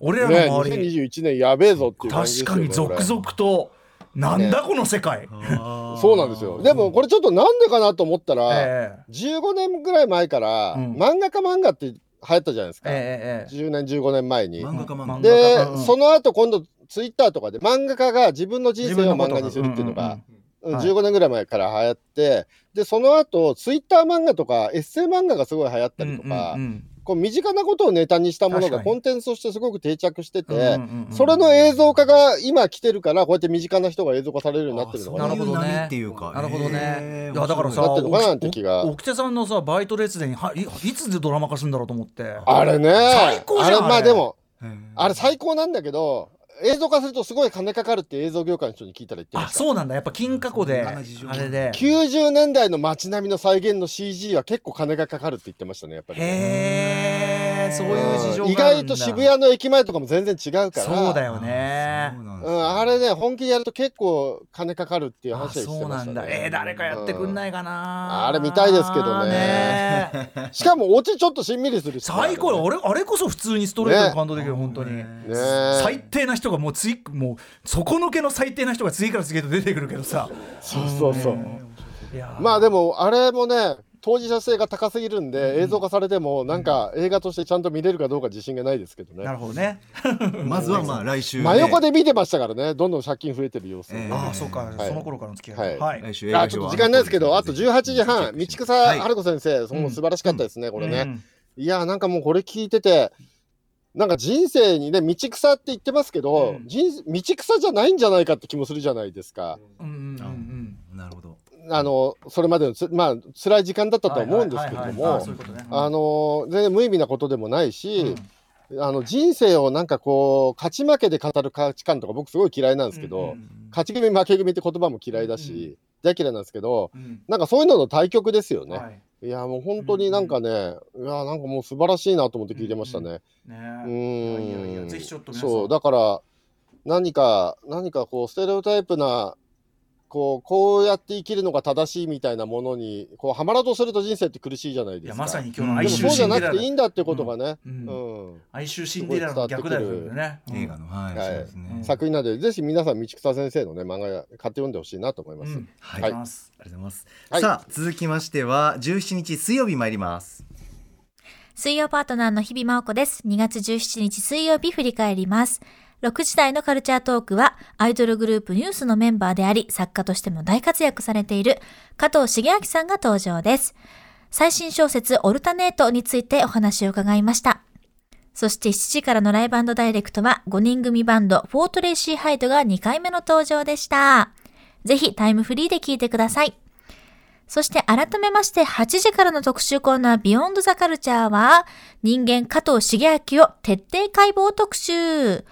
S3: 俺らの周り。
S4: 2021年やべえぞっていう感じです
S3: 確
S4: よ
S3: かに続々となんだこの世界、
S4: 々そうなんですよでもこれちょっとなんでかなと思ったら、
S3: ええ
S4: 15年ぐらい前から、
S3: うん
S4: 漫画家漫画って流行ったじゃないですか、
S3: ええええ
S4: 10年15年前に
S2: 漫画家漫画
S3: 漫画
S4: で、
S3: うん
S4: その後今度ツイッターとかで漫画家が自分の人
S3: 自
S4: 生
S3: 分の
S4: を
S3: こ
S4: 漫
S3: と
S4: 画にするっていうのが、
S3: んうんはい
S4: 15年ぐらい前から流行ってでその後ツイッター漫画とかエッセイ漫画がすごい流行った
S3: うんうん
S4: りとか、
S3: うんうん
S4: こう身近なことをネタにしたもの
S3: 確か
S4: が
S3: に
S4: コンテンツとしてすごく定着してて、
S3: うんうんうん
S4: それの映像化が今来てるからこうやって身近な人が映像化されるようになってるのか
S3: な
S4: な
S3: る
S2: る
S3: ほ
S2: ほ
S3: ど
S2: ど
S3: ね
S2: ねっていうか
S3: なるほどね
S2: へー
S3: いやだからさ
S4: なってるのかな
S3: お
S4: なんて気が
S3: お奥手さんのさバイト列でにはいいつでドラマ化するんだろうと思って
S4: あれね
S3: 最高じゃん
S4: あれ
S3: あれ
S4: まあでも
S2: 面白いへー
S4: あれ最高なんだけど映像化するとすごい金かかるって映像業界の人に聞いたら言ってま
S3: あ
S4: した
S3: そうなんだやっぱ金過去で
S2: そんな事情
S3: あれで
S4: 90年代の街並みの再現の CG は結構金がかかるって言ってましたねやっぱり
S3: へえそういう事
S4: うん
S3: 情
S4: 意
S3: がある
S4: 外
S3: んだ
S4: と渋谷の駅前とかも全然違うから
S3: そうだよね
S2: そうなんです
S4: う
S2: ね
S4: ん、あれね本気でやると結構金かかるっていう
S3: あ
S4: 話はし
S3: そ
S4: て
S3: う
S4: ま
S3: な
S4: した
S3: ん
S4: ね
S3: だえー、誰かやってくんないかな、
S4: うんあれ見たいですけどね
S3: ねえ
S4: しかもオチちょっとしんみりするしね、
S3: 最高よ俺あれこそ普通にストレートに感動できる、本当に、
S4: ね
S3: 最低な人がもうついもう底抜けの最低な人が次から次へと出てくるけどさ
S4: そうそうそう。
S3: いやー
S4: まあでもあれもね当事者性が高すぎるんで映像化されてもなんか映画としてちゃんと見れるかどうか自信がないですけど
S3: な
S4: ね。
S3: るほどね
S2: まずはまあ来週ね
S4: 真横で見てましたからねどんどん借金増えてる様子。
S2: ええ
S3: ああそうか、
S4: はい
S3: その頃からの付き合
S4: はいい
S3: はい、
S2: 来週映画
S4: あ
S2: 表
S4: ちょっ
S2: は
S4: と時間ないですけどあと18時
S2: ぜ
S4: 半道
S2: ひチェックして
S4: 草春子先生、その素晴らしかったですね、これね、いやーなんかもうこれ聞いててなんか人生にね道草って言ってますけど、人道草じゃないんじゃないかって気もするじゃないですか、
S3: うんうんうんうん
S2: なるほど
S4: あのそれまでのつまあ辛い時間だったとは思うんですけれど
S3: はいはいはいはいあ
S4: も
S3: ーそういうことね
S4: あの全然無意味なことでもないし、あの人生をなんかこう勝ち負けで語る価値観とか僕すごい嫌いなんですけど、勝ち組負け組って言葉も嫌いだし、大嫌いなんですけど
S3: うん
S4: なんかそういうのの対局ですよね、
S3: はい
S4: い、やもう本当になんかね、いやなんかもう素晴らしいなと思って聞いてましたね。
S3: ねい
S4: う
S3: やいやい
S4: ー
S3: や
S4: ん
S3: ぜひちょっと皆さん
S4: そうだから何か何かこうステレオタイプなこうこうやって生きるのが正しいみたいなものにこうはまらうとすると人生って苦しいじゃない
S3: い
S4: ですか。
S3: やまさに今日の
S4: で
S3: 哀
S4: も
S3: 愁
S4: そうじ
S3: シ
S4: ゃ
S3: ンデ
S4: な
S3: レラ
S4: く
S3: だ
S4: ていいんだってことがね、
S3: うん
S4: うん
S3: 哀愁シンデレラの逆だよね
S2: 映画のはい
S4: はい
S2: そうですね
S4: 作品なのでぜひ皆さん道草先生のね漫画や買って読んでほしいなと思いま
S3: う
S4: す。
S3: ん
S2: はい
S4: は
S3: あ
S4: い
S3: ります
S2: ありがとうございます、
S4: はい
S2: さあ続きましては17日水曜日参ります
S7: 水曜パートナーの日々真央子です。2月17日水曜日振り返ります。6時台のカルチャートークは、アイドルグループニュースのメンバーであり、作家としても大活躍されている加藤茂明さんが登場です。最新小説オルタネートについてお話を伺いました。そして7時からのライブダイレクトは5人組バンドフォートレイシーハイドが2回目の登場でした。ぜひタイムフリーで聞いてください。そして改めまして8時からの特集コーナービヨンドザカルチャーは人間加藤茂明を徹底解剖特集。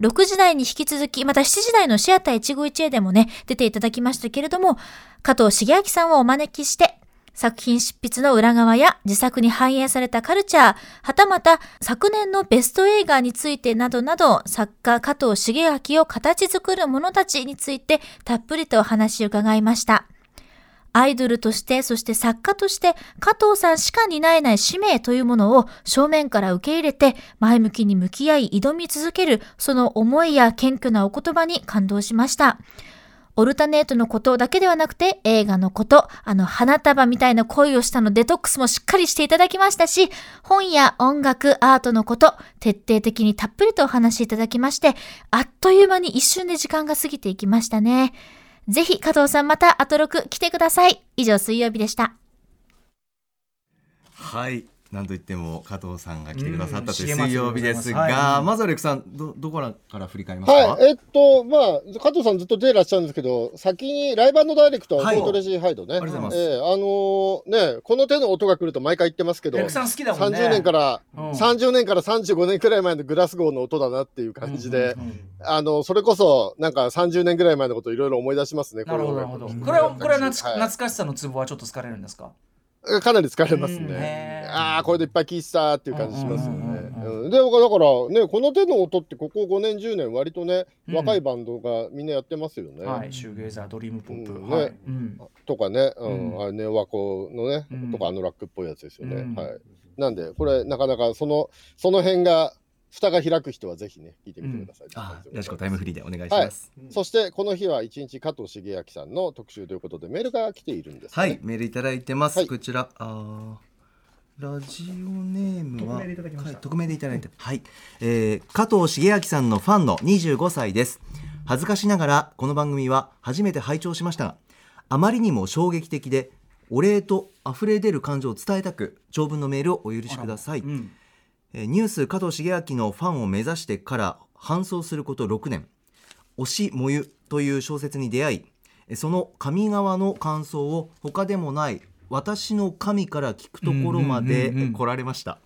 S7: 6時台に引き続き、また7時台のシアター一期一会でもね、出ていただきましたけれども、加藤茂明さんをお招きして、作品執筆の裏側や自作に反映されたカルチャー、はたまた昨年のベスト映画についてなどなど、作家加藤茂明を形作る者たちについてたっぷりとお話を伺いました。アイドルとして、そして作家として、加藤さんしか担えない使命というものを正面から受け入れて、前向きに向き合い、挑み続ける、その思いや謙虚なお言葉に感動しました。オルタネートのことだけではなくて、映画のこと、あの、花束みたいな恋をしたのデトックスもしっかりしていただきましたし、本や音楽、アートのこと、徹底的にたっぷりとお話しいただきまして、あっという間に一瞬で時間が過ぎていきましたね。ぜひ、加藤さんまた、アトロク来てください。以上、水曜日でした。
S2: はい。なんといっても加藤さんが来てくださったという
S3: うん重松
S2: 水曜日ですが、
S3: でございますはい
S2: まずはレクさんどどこらから振り返りますか。
S4: はい、えっと、まあ、加藤さんずっと出てらっしゃるんですけど、先にライバンドダイレクトは
S2: はい
S4: オートレシーハイドね。
S2: ありがとうございます
S4: ええあのーね、この手の音が来ると毎回言ってますけど、
S3: レクさん好きだもんね
S4: 30年から、
S3: うん
S4: 30年から35年くらい前のグラスゴーの音だなっていう感じで、あの、それこそ、なんか30年くらい前のこといろいろ思い出しますね、
S3: なるほどなるほ
S4: こ
S3: ど
S4: れを
S3: これはこれは懐
S4: はい
S3: 懐かしさのツボはちょっと疲れるんですか
S4: かなり疲れます
S3: うん
S4: ね
S3: ね。
S4: ああ、これでいっぱい聞いてたっていう感じしますよね
S3: うんうんう。
S4: うんで、だからね、この手の音ってここ5年、10年割とね、
S3: うん
S4: 若いバンドがみんなやってますよね。
S3: はいシューゲイザードリームポップ
S4: うん
S3: はい
S4: ね
S3: うん
S4: とかね、うん
S3: う
S4: あれね、和光のね、
S3: うん
S4: とかあのラックっぽいやつですよね。
S3: うん
S4: はい。なんで、これなかなかその、その辺が、蓋が開く人はぜひね、聞いてみてください、
S2: あよしこタイムフリーでお願いし
S4: は
S2: ま
S4: い
S2: す。。
S4: そして、この日は一日加藤茂明さんの特集ということで、メールが来ているんです、
S2: はい、。メールいただいてます。
S4: はい
S2: こちら、あーラジオネームは匿名でいただきました。匿名でいただいて、はい、えー加藤茂明さんのファンの25歳です。恥ずかしながらこの番組は初めて拝聴しましたが、あまりにも衝撃的でお礼と溢れ出る感情を伝えたく長文のメールをお許しください。
S3: うん
S2: えーニュース加藤茂明のファンを目指してから搬送すること6年「推しもゆ」という小説に出会いえーその神側の感想を他でもない私の神から聞くところまでえ
S3: うんうんうんうん
S2: ー来られました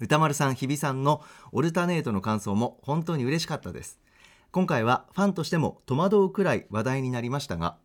S2: 歌丸さん日比さんのオルタネートの感想も本当に嬉しかったです今回はファンとしても戸惑うくらい話題になりましたが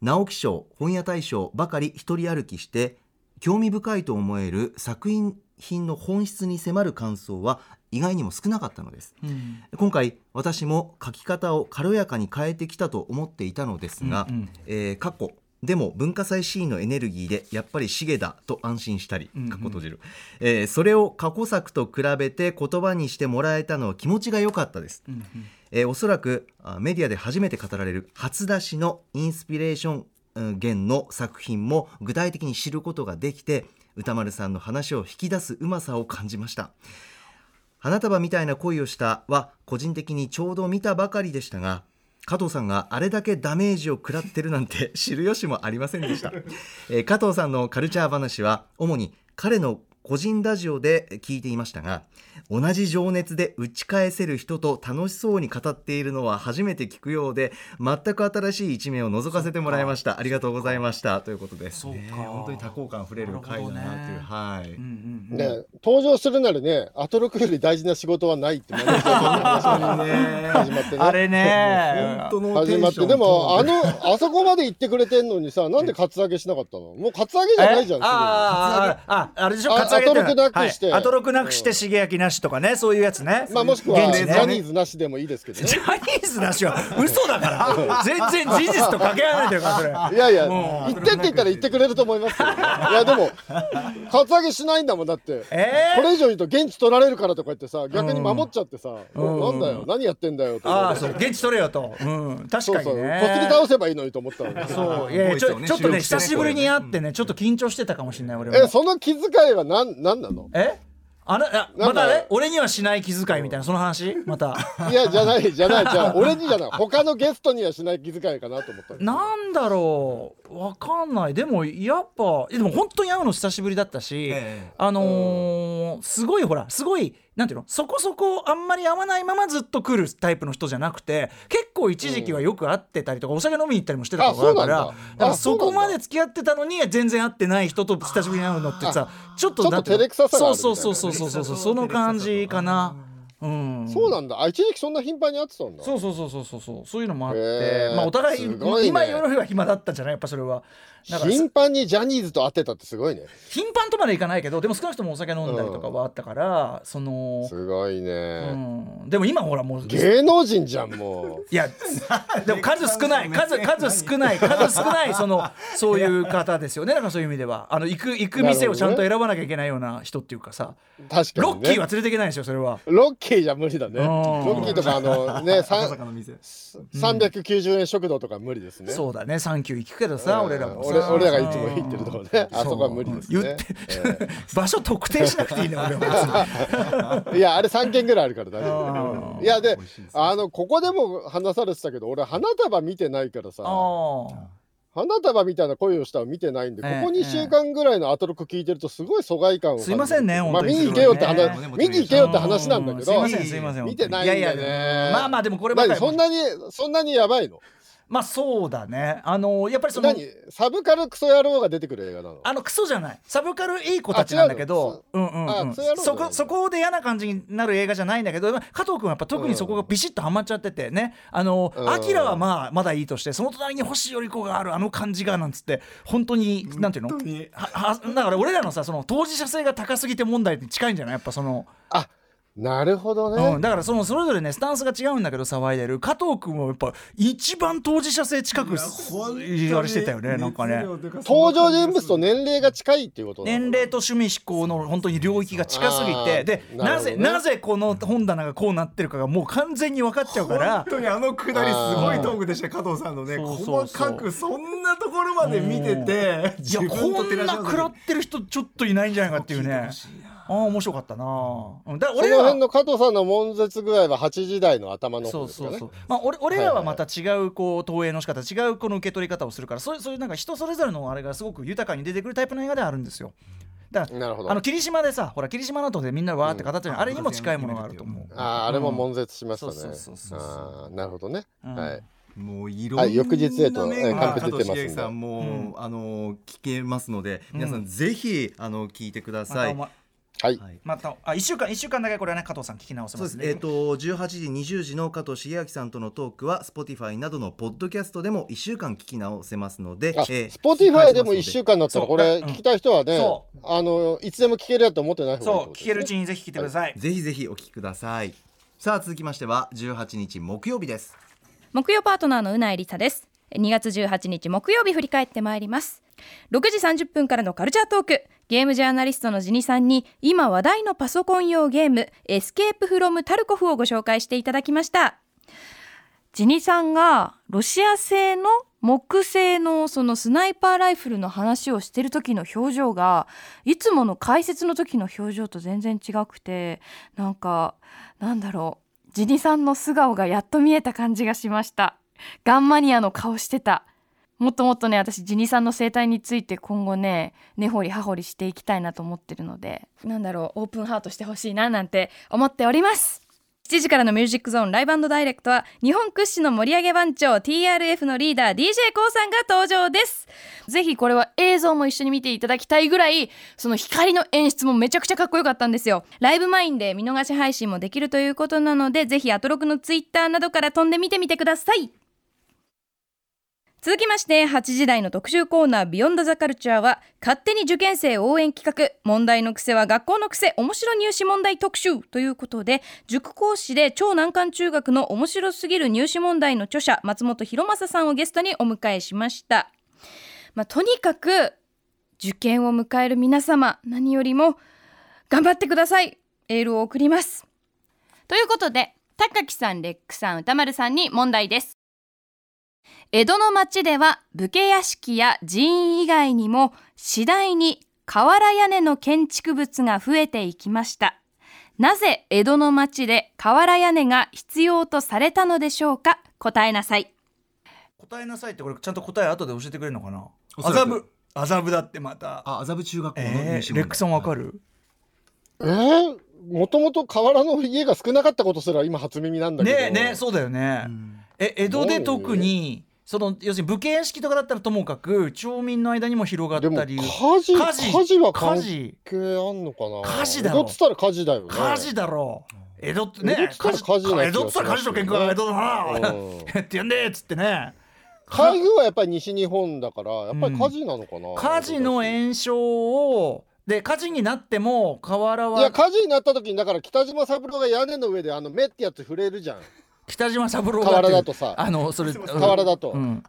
S2: 直木賞本屋大賞ばかり一人歩きして興味深いと思える作品品の本質に迫る感想は意外にも少なかったのです
S3: うん
S2: 今回私も書き方を軽やかに変えてきたと思っていたのですが、
S3: うんうん
S2: えー過去でも文化祭シーンのエネルギーでやっぱりシゲだと安心したり、
S3: うんうん
S2: 過去閉じる、えーそれを過去作と比べて言葉にしてもらえたのは気持ちが良かったです、
S3: うん
S2: えーおそらくあメディアで初めて語られる初出しのインスピレーションうん源の作品も具体的に知ることができて歌丸さんの話を引き出すうまさを感じました花束みたいな恋をしたは個人的にちょうど見たばかりでしたが加藤さんがあれだけダメージを食らってるなんて 知る由もありませんでした、えー加藤さんのカルチャー話は主に彼の個人ラジオで聞いていましたが同じ情熱で打ち返せる人と楽しそうに語っているのは初めて聞くようで全く新しい一面を覗かせてもらいましたありがとうございましたということです、ね、
S3: そうか
S2: 本当に多幸感あふれる回だなと
S3: な
S2: いう
S3: る
S2: はい、
S3: うんうんうん
S4: ね、登場するならね、アトロクより大事な仕事はないって毎回
S2: 本当にね
S4: 始まってね。
S3: あれね
S2: 本当のテン
S4: 始
S2: ション
S4: まって、でも、あの、あそこまで言ってくれてんのに さ、なんでカツアゲしなかったのもうカツアゲじゃないじゃん、
S3: えあーあーあーあれでしょ
S4: あ
S3: カツアゲってのは
S4: アトロクなくして
S3: はいアトロクなくして茂明なしとかねそういうやつね
S4: まあ、もしくは、
S3: 現
S4: ジ
S3: 地ね
S4: ャニーズなしでもいいで すけどね
S3: ジ。ャニーズなしは嘘だから全然事実と掛け離れてるからそれ
S4: いやいや、
S3: も
S4: 言
S3: う
S4: ってって言ったら言ってくれると思いますけどね、 いや、でも、カツアゲしないんだもん、だって。
S3: えー
S4: これ以上言うと、現地取られるからとか言ってさ、逆に守っちゃってさ、もうなんだよ、何やってんだよと
S3: あ
S4: か
S3: あ。そう現地取れよと、うん、確
S4: そ
S3: か
S4: うそう、
S3: に
S4: こ
S3: ね
S4: すり倒せばいいのにと思ったのに。
S3: そういやいやち
S2: もう一度
S3: ょ
S2: ね
S3: ちょっと
S2: 収録
S3: ね
S2: して
S3: 久
S2: ね
S3: しぶりに会ってねちょっと緊張してたかもしれない俺
S4: え、
S3: は
S4: その気遣いはなん、なんなの
S3: えあれあ
S4: な
S3: ま
S4: んだ
S3: たね俺にはしない気遣いみたいなその話また
S4: いや、じゃない、じゃない、じゃあ、俺にじゃない、他のゲストにはしない気遣いかなと思ったの
S3: なんだろうわかんないでもやっぱえでも本当に会うの久しぶりだったし、
S2: ええ
S3: あのーすごいほらすごいなんていうのそこそこあんまり合わないままずっと来るタイプの人じゃなくて結構一時期はよく会ってたりとか、お酒飲みに行ったりもしてたことがあるから
S4: あそう
S3: だ
S4: なんだあ
S3: からそこ
S4: そうな
S3: ま
S4: んだ
S3: で付き合ってたのに全然会ってない人と久しぶりに会うのってさちょっと
S4: ちょっと
S3: なんていうの
S4: 照れくささがあるみたい
S3: そう
S4: な
S3: そうそうそうそうそうその感じかな。うん、
S4: そうなんだあ一時期そんな頻繁に会ってたんだ
S3: そうそうそうそうそうそうそういうのもあって、
S4: へー
S3: まあお互い
S4: すごいね
S3: 今よりは暇だったんじゃないやっぱそれはだから
S4: 頻繁にジャニーズと会ってたってすごいね
S3: 頻繁とまでいかないけどでも少なくともお酒飲んだりとかはあったから、その、
S4: すごいうね、
S3: ん、でも今ほらもう
S4: 芸能人じゃんも
S3: いやでも数少ない数数少ない数少ないそのそういう方ですよねだからそういう意味ではあの行く行く店をちゃんと選ばなきゃいけないような人っていうかさ、
S4: う確かに、
S3: ロ
S4: ね、
S3: ッキーは連れていけないんですよそれは。
S4: ロッキーじゃ無理だね
S3: うん
S4: ロッキーとかあのね
S2: まさ
S4: さ
S2: かの店
S4: ん390円食堂とか無理ですね
S3: そうだね、サンキュー行くけど
S4: うん
S3: さ、俺らもさ
S4: 俺俺らがいつも行ってるとこねあ
S3: う
S4: そこは無理ですね
S3: 言って場所特定しなくていいね俺は
S4: ええいやあれ3軒ぐらいあるから大丈 夫いやであのここでも話されてたけど俺花束見てないからさ
S3: ああ
S4: 花束みたいな恋をしたを見てないんで、
S3: ええ
S4: ここ2週間ぐらいのアトロク聞いてるとすごい疎外感を感じ
S3: す
S4: る
S3: いませんね
S4: ま
S3: 本
S4: あ
S3: 当
S4: 見
S3: に
S4: に行けよって
S3: そう
S4: 話、
S3: ね
S4: 見に行けよって話なんだけど
S3: うすいませんすいません
S4: 見てないんだよね
S3: いやいやまあまあでもこればっかり
S4: 何そんなにそんなにやばいの
S3: まあそうだねあのやっぱりその
S4: 何サブカルクソ野郎が出てくる映画なの
S3: あのクソじゃないサブカルいい子たちなんだけどうんうん
S4: あ
S3: うん
S4: クソ野郎じゃ
S3: そ
S4: ない
S3: こそこで嫌な感じになる映画じゃないんだけどまあ加藤君はやっぱ特にそこがビシッとハマっちゃっててねあの
S4: うん
S3: アキラはまあまだいいとしてその隣に星より子があるあの感じがなんつって本当になんていうのははだから俺らのさその当事者性が高すぎて問題に近いんじゃないやっぱその。
S4: あなるほどね、
S3: うん、だからそのそれぞれねスタンスが違うんだけど騒いでる加藤君はやっぱ一番当事者性近くいわれしてたよねなんかね
S4: 登場人物と年齢が近いっていうことなの
S3: 年齢と趣味思考の本当に領域が近すぎ
S4: あ
S3: て
S4: ー
S3: でな,、
S4: なるほど
S3: ぜ
S4: ね
S3: なぜこの本棚がこうなってるかがもう完全に分かっちゃうから
S2: 本。当にあのくだりすごいトークでしたよ加藤さんのね
S3: そうそうそう
S2: 細かくそんなところまで見てて
S3: いやこんな食らってる人ちょっといないんじゃないかっていうねああ面白かったなうんだから
S4: そ
S3: 俺
S4: の
S3: らは
S4: 辺の加藤さんの悶絶具合は8時台の頭の
S3: そ
S4: 方
S3: う
S4: ですか
S3: そ
S4: ね
S3: うそう、まあ、俺俺らはまた違うこう投影の仕方違うこの受け取り方をするからそういうそういうなんか人それぞれのあれがすごく豊かに出てくるタイプの映画ではあるんですよだから
S4: なるほど
S3: あの霧島でさほら霧島の後でみんなわーって語ってる、あれにも近いものがあると思う
S4: あーあれも悶絶しましたね、
S3: そうそうそうそう
S4: あーなるほどね、
S3: ん
S4: はい
S2: もういろんな
S4: はい
S2: 面
S4: 翌日へとえー
S2: が
S4: 完璧
S2: 加
S4: 出
S2: 藤
S4: てますんで
S2: 茂樹さんもあの聞けますので皆さんぜひあの聞いてください
S3: また
S4: はい
S2: はい
S3: またあ1週間一週間だけこれはね加藤さん聞き直せ
S2: そ
S3: ま
S2: うですす
S3: ね
S2: えっ、と18時20時の加藤茂明さんとのトークは Spotify などのポッドキャストでも1週間聞き直せますので、
S4: あ、
S2: えー
S4: Spotify でも1週間だった
S3: そ
S4: ら
S3: う
S4: これ聞きたい人はね、
S3: そ
S4: あのいつでも聞けるやと思ってない方が
S3: そ
S4: いいって
S3: う
S4: こと
S3: 聞けるうちにぜひ聞いてください、
S2: ぜひぜひお聞きくださいさあ続きましては18日木曜日です
S8: 木曜パートナーのうなえりさです2月18日木曜日振り返ってまいります6時30分からのカルチャートークゲームジャーナリストのジニさんに今話題のパソコン用ゲームエスケープフロムタルコフをご紹介していただきましたジニさんがロシア製の木製のそのスナイパーライフルの話をしてる時の表情がいつもの解説の時の表情と全然違くてなんかなんだろうジニさんの素顔がやっと見えた感じがしましたガンマニアの顔してたもっともっとね私ジニさんの生態について今後ね根掘り葉掘りしていきたいなと思ってるのでなんだろうオープンハートしてほしいななんて思っております7時からの「ミュージックゾーンライブダイレクトは日本屈指の盛り上げ番長 TRF のリーダー d j k o さんが登場ですぜひこれは映像も一緒に見ていただきたいぐらいその光の演出もめちゃくちゃかっこよかったんですよライブマインで見逃し配信もできるということなのでぜひアトロクのツイッターなどから飛んでみてみてください続きまして8時台の特集コーナー「ビヨンドザカルチャーは勝手に受験生応援企画「問題の癖は学校の癖面白入試問題特集」ということで塾講師で超難関中学の面白すぎる入試問題の著者松本博正さんをゲストにお迎えしました。まあ、とにかく受験を迎える皆様何よりも頑張ってくださいエールを送ります
S9: ということで高木さんレックさん歌丸さんに問題です江戸の町では武家屋敷や寺院以外にも次第に瓦屋根の建築物が増えていきましたなぜ江戸の町で瓦屋根が必要とされたのでしょうか答えなさい
S3: 答えなさいってこれちゃんと答え後で教えてくれるのかな
S2: おそらく
S3: 麻布麻布だってまた
S2: あ麻布中学校の
S3: え
S2: 西
S3: ー、
S2: 村
S3: レックさんわかる、
S4: えー、もともと河原の家が少なかったことすら今初耳なんだけど。
S3: ねねそうだよね、え江戸で特にその要するに武家屋敷とかだったらともかく町民の間にも広が
S4: で
S3: っ
S4: も
S3: たり
S4: 火事火事は
S3: 火
S4: 関
S3: 事
S4: 係あんのかな
S3: 火事だろ
S4: 江戸っつったら火事だよね
S3: 火事だろう江戸って
S4: 江
S3: ね
S4: 戸っつったら火事な
S3: 江
S4: 気がしますよね
S3: 戸っつったら火事と喧嘩が江戸だな
S4: うん
S3: ってやんでっつってね
S4: 海軍はやっぱり西日本だからやっぱり火事なのかな、
S3: 火事の
S4: い
S3: 延焼をで火事になっても河原
S4: や
S3: は
S4: 火事になった時にだから北島三郎が屋根の上であの目ってやつ触れるじゃん
S3: 北島三郎が
S4: 河原だとさ
S3: あのそれ
S4: 河原だと、
S3: うん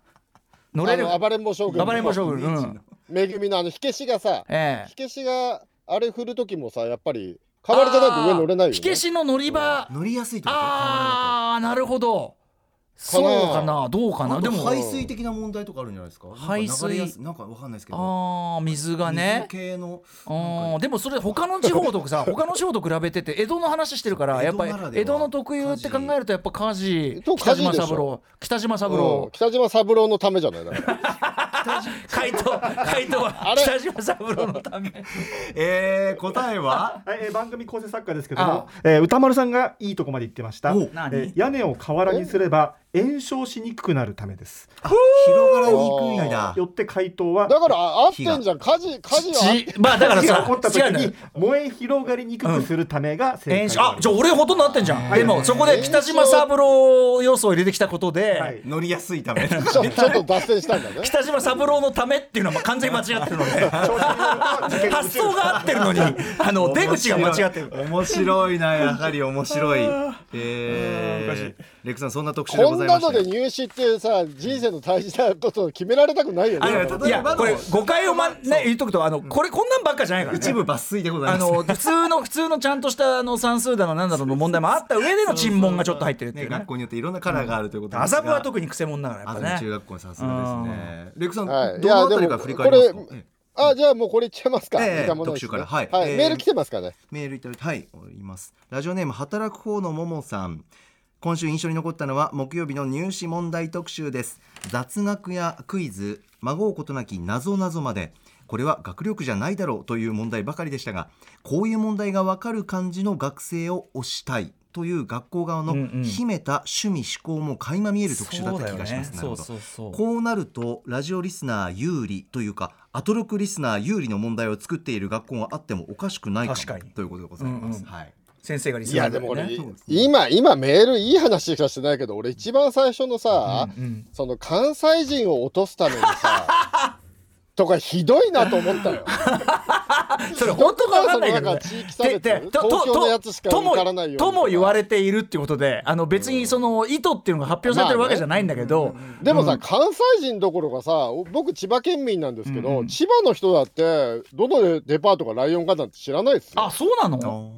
S3: 乗れ
S4: あ
S3: る
S4: の暴れん坊将軍
S3: 暴れん坊将軍うん
S4: めぐみのあの火消しがさ
S3: ええ
S4: 火消しがあれ振る時もさやっぱり河原じゃないと上乗れないよ、ね、
S3: 火消しの乗り場
S2: 乗りやすいってこと
S3: あーなるほどそうかなどうか
S2: あ
S3: な
S2: で
S3: で
S2: も
S3: も
S2: 排水的な問題とかあるんじゃないですかなんか流れやす
S3: 排水
S2: なんかわかんないですけど
S3: あー水がね
S2: 水系の
S3: あーでもそれ他の地方と さ他の地方と比べてて江戸の話してるからやっぱり
S2: 江戸ならでは
S3: 江戸の特有って考えるとやっぱ火事
S4: 火事
S3: 北島三郎北島三
S4: うん
S3: 郎
S4: 北島三郎のためじゃないだから
S3: 回答回答は
S4: れ
S3: 北島三郎のため
S2: えー、答えは
S10: はい、えー番組構成作家ですけど
S3: あ
S10: も、えー歌丸さんがいいとこまで言ってました、え
S2: お
S10: ー屋根を瓦にすれば延焼しにくくなるためです
S2: 広がらにくいんだ
S10: よって回答は
S4: だからあ合ってんじゃん火事火事は合って
S3: ちまあだから
S10: 火が
S3: さ
S10: 起こった時
S3: 違うのよ
S10: に燃え広がりにくくするためが正
S3: 演
S10: 解
S3: 習あじゃあ俺ほとんどなってんじゃん、
S10: はい
S3: でもそこで北島三郎要素を入れてきたことで、
S10: はい
S2: 乗りやすいため
S4: ちょちょっと脱線したんだね
S3: 北島三郎のためっていうのはまあ完全に間違ってるので
S10: 調子に乗ると事件が
S3: 発想が合ってるのにあの出口が間違ってる
S2: 面白いなやはり面白いえー、レクさんそんな特集で
S4: こ
S2: ござ
S4: ん
S2: いま
S4: な
S2: した
S4: の
S2: よ
S4: で入試ってさ人生の大事なことを決められたくないよ
S3: あ
S4: ね
S2: 例えば
S3: のいやこれ誤解をまね言っとくとあのこれこんなんばっかじゃないから、ね
S2: 一、部抜粋でございま
S3: あ
S2: す
S3: の普通の普通のちゃんとしたあの算数だのなんだのの問題もあった上での沈問がちょっと入ってるってい
S2: ね
S3: うね
S2: 学校によっていろんなカラーがあるということです
S3: 麻布は
S2: に
S3: 特に癖もんだからやっ
S2: あ
S3: ぱ
S2: と
S3: ね
S2: ね中学校のさすがですねレクさん、
S4: はい
S2: どのあたりから振り返りますか
S4: いやでもこれ
S2: ええ
S4: あじゃあもうこれいっちゃいますか、
S2: ええ
S4: 時間もない
S2: 特
S4: し
S2: 集からはいええ
S4: メール来てますかね
S2: メールいただいてはいいますラジオネーム働く方のももさん今週印象に残ったのは木曜日の入試問題特集です雑学やクイズ孫うことなき謎々までこれは学力じゃないだろうという問題ばかりでしたがこういう問題がわかる感じの学生を推したいという学校側の秘めた趣味思考も垣間見える特集だった気がします、なるほど
S6: うそ
S2: こうなるとラジオリスナー有利というかアトロクリスナー有利の問題を作っている学校があってもおかしくないかも
S3: 確かに
S2: ということでございます。はい。
S3: 先生がリス
S4: い
S3: ナ
S4: や
S3: ー
S4: で
S3: だ
S4: も俺、
S3: ね
S4: 今今メールいい話しかしてないけど俺一番最初のさ、その関西人を落とすためにさ とかひどいなと思ったよ。
S3: それ本当かわかんないけ
S4: その
S3: ど
S4: な
S3: ね
S4: んか地域差別
S3: ででとと
S4: 東京のやつしか
S3: とも
S4: 受からないように
S3: とも言われているってことであの別にその意図っていうのが発表されてるわけじゃないんだけど、
S4: でもさ、関西人どころかさお僕千葉県民なんですけど、千葉の人だってどのデパートがライオンかなんて知らないです
S3: あ
S4: よ
S3: そうなの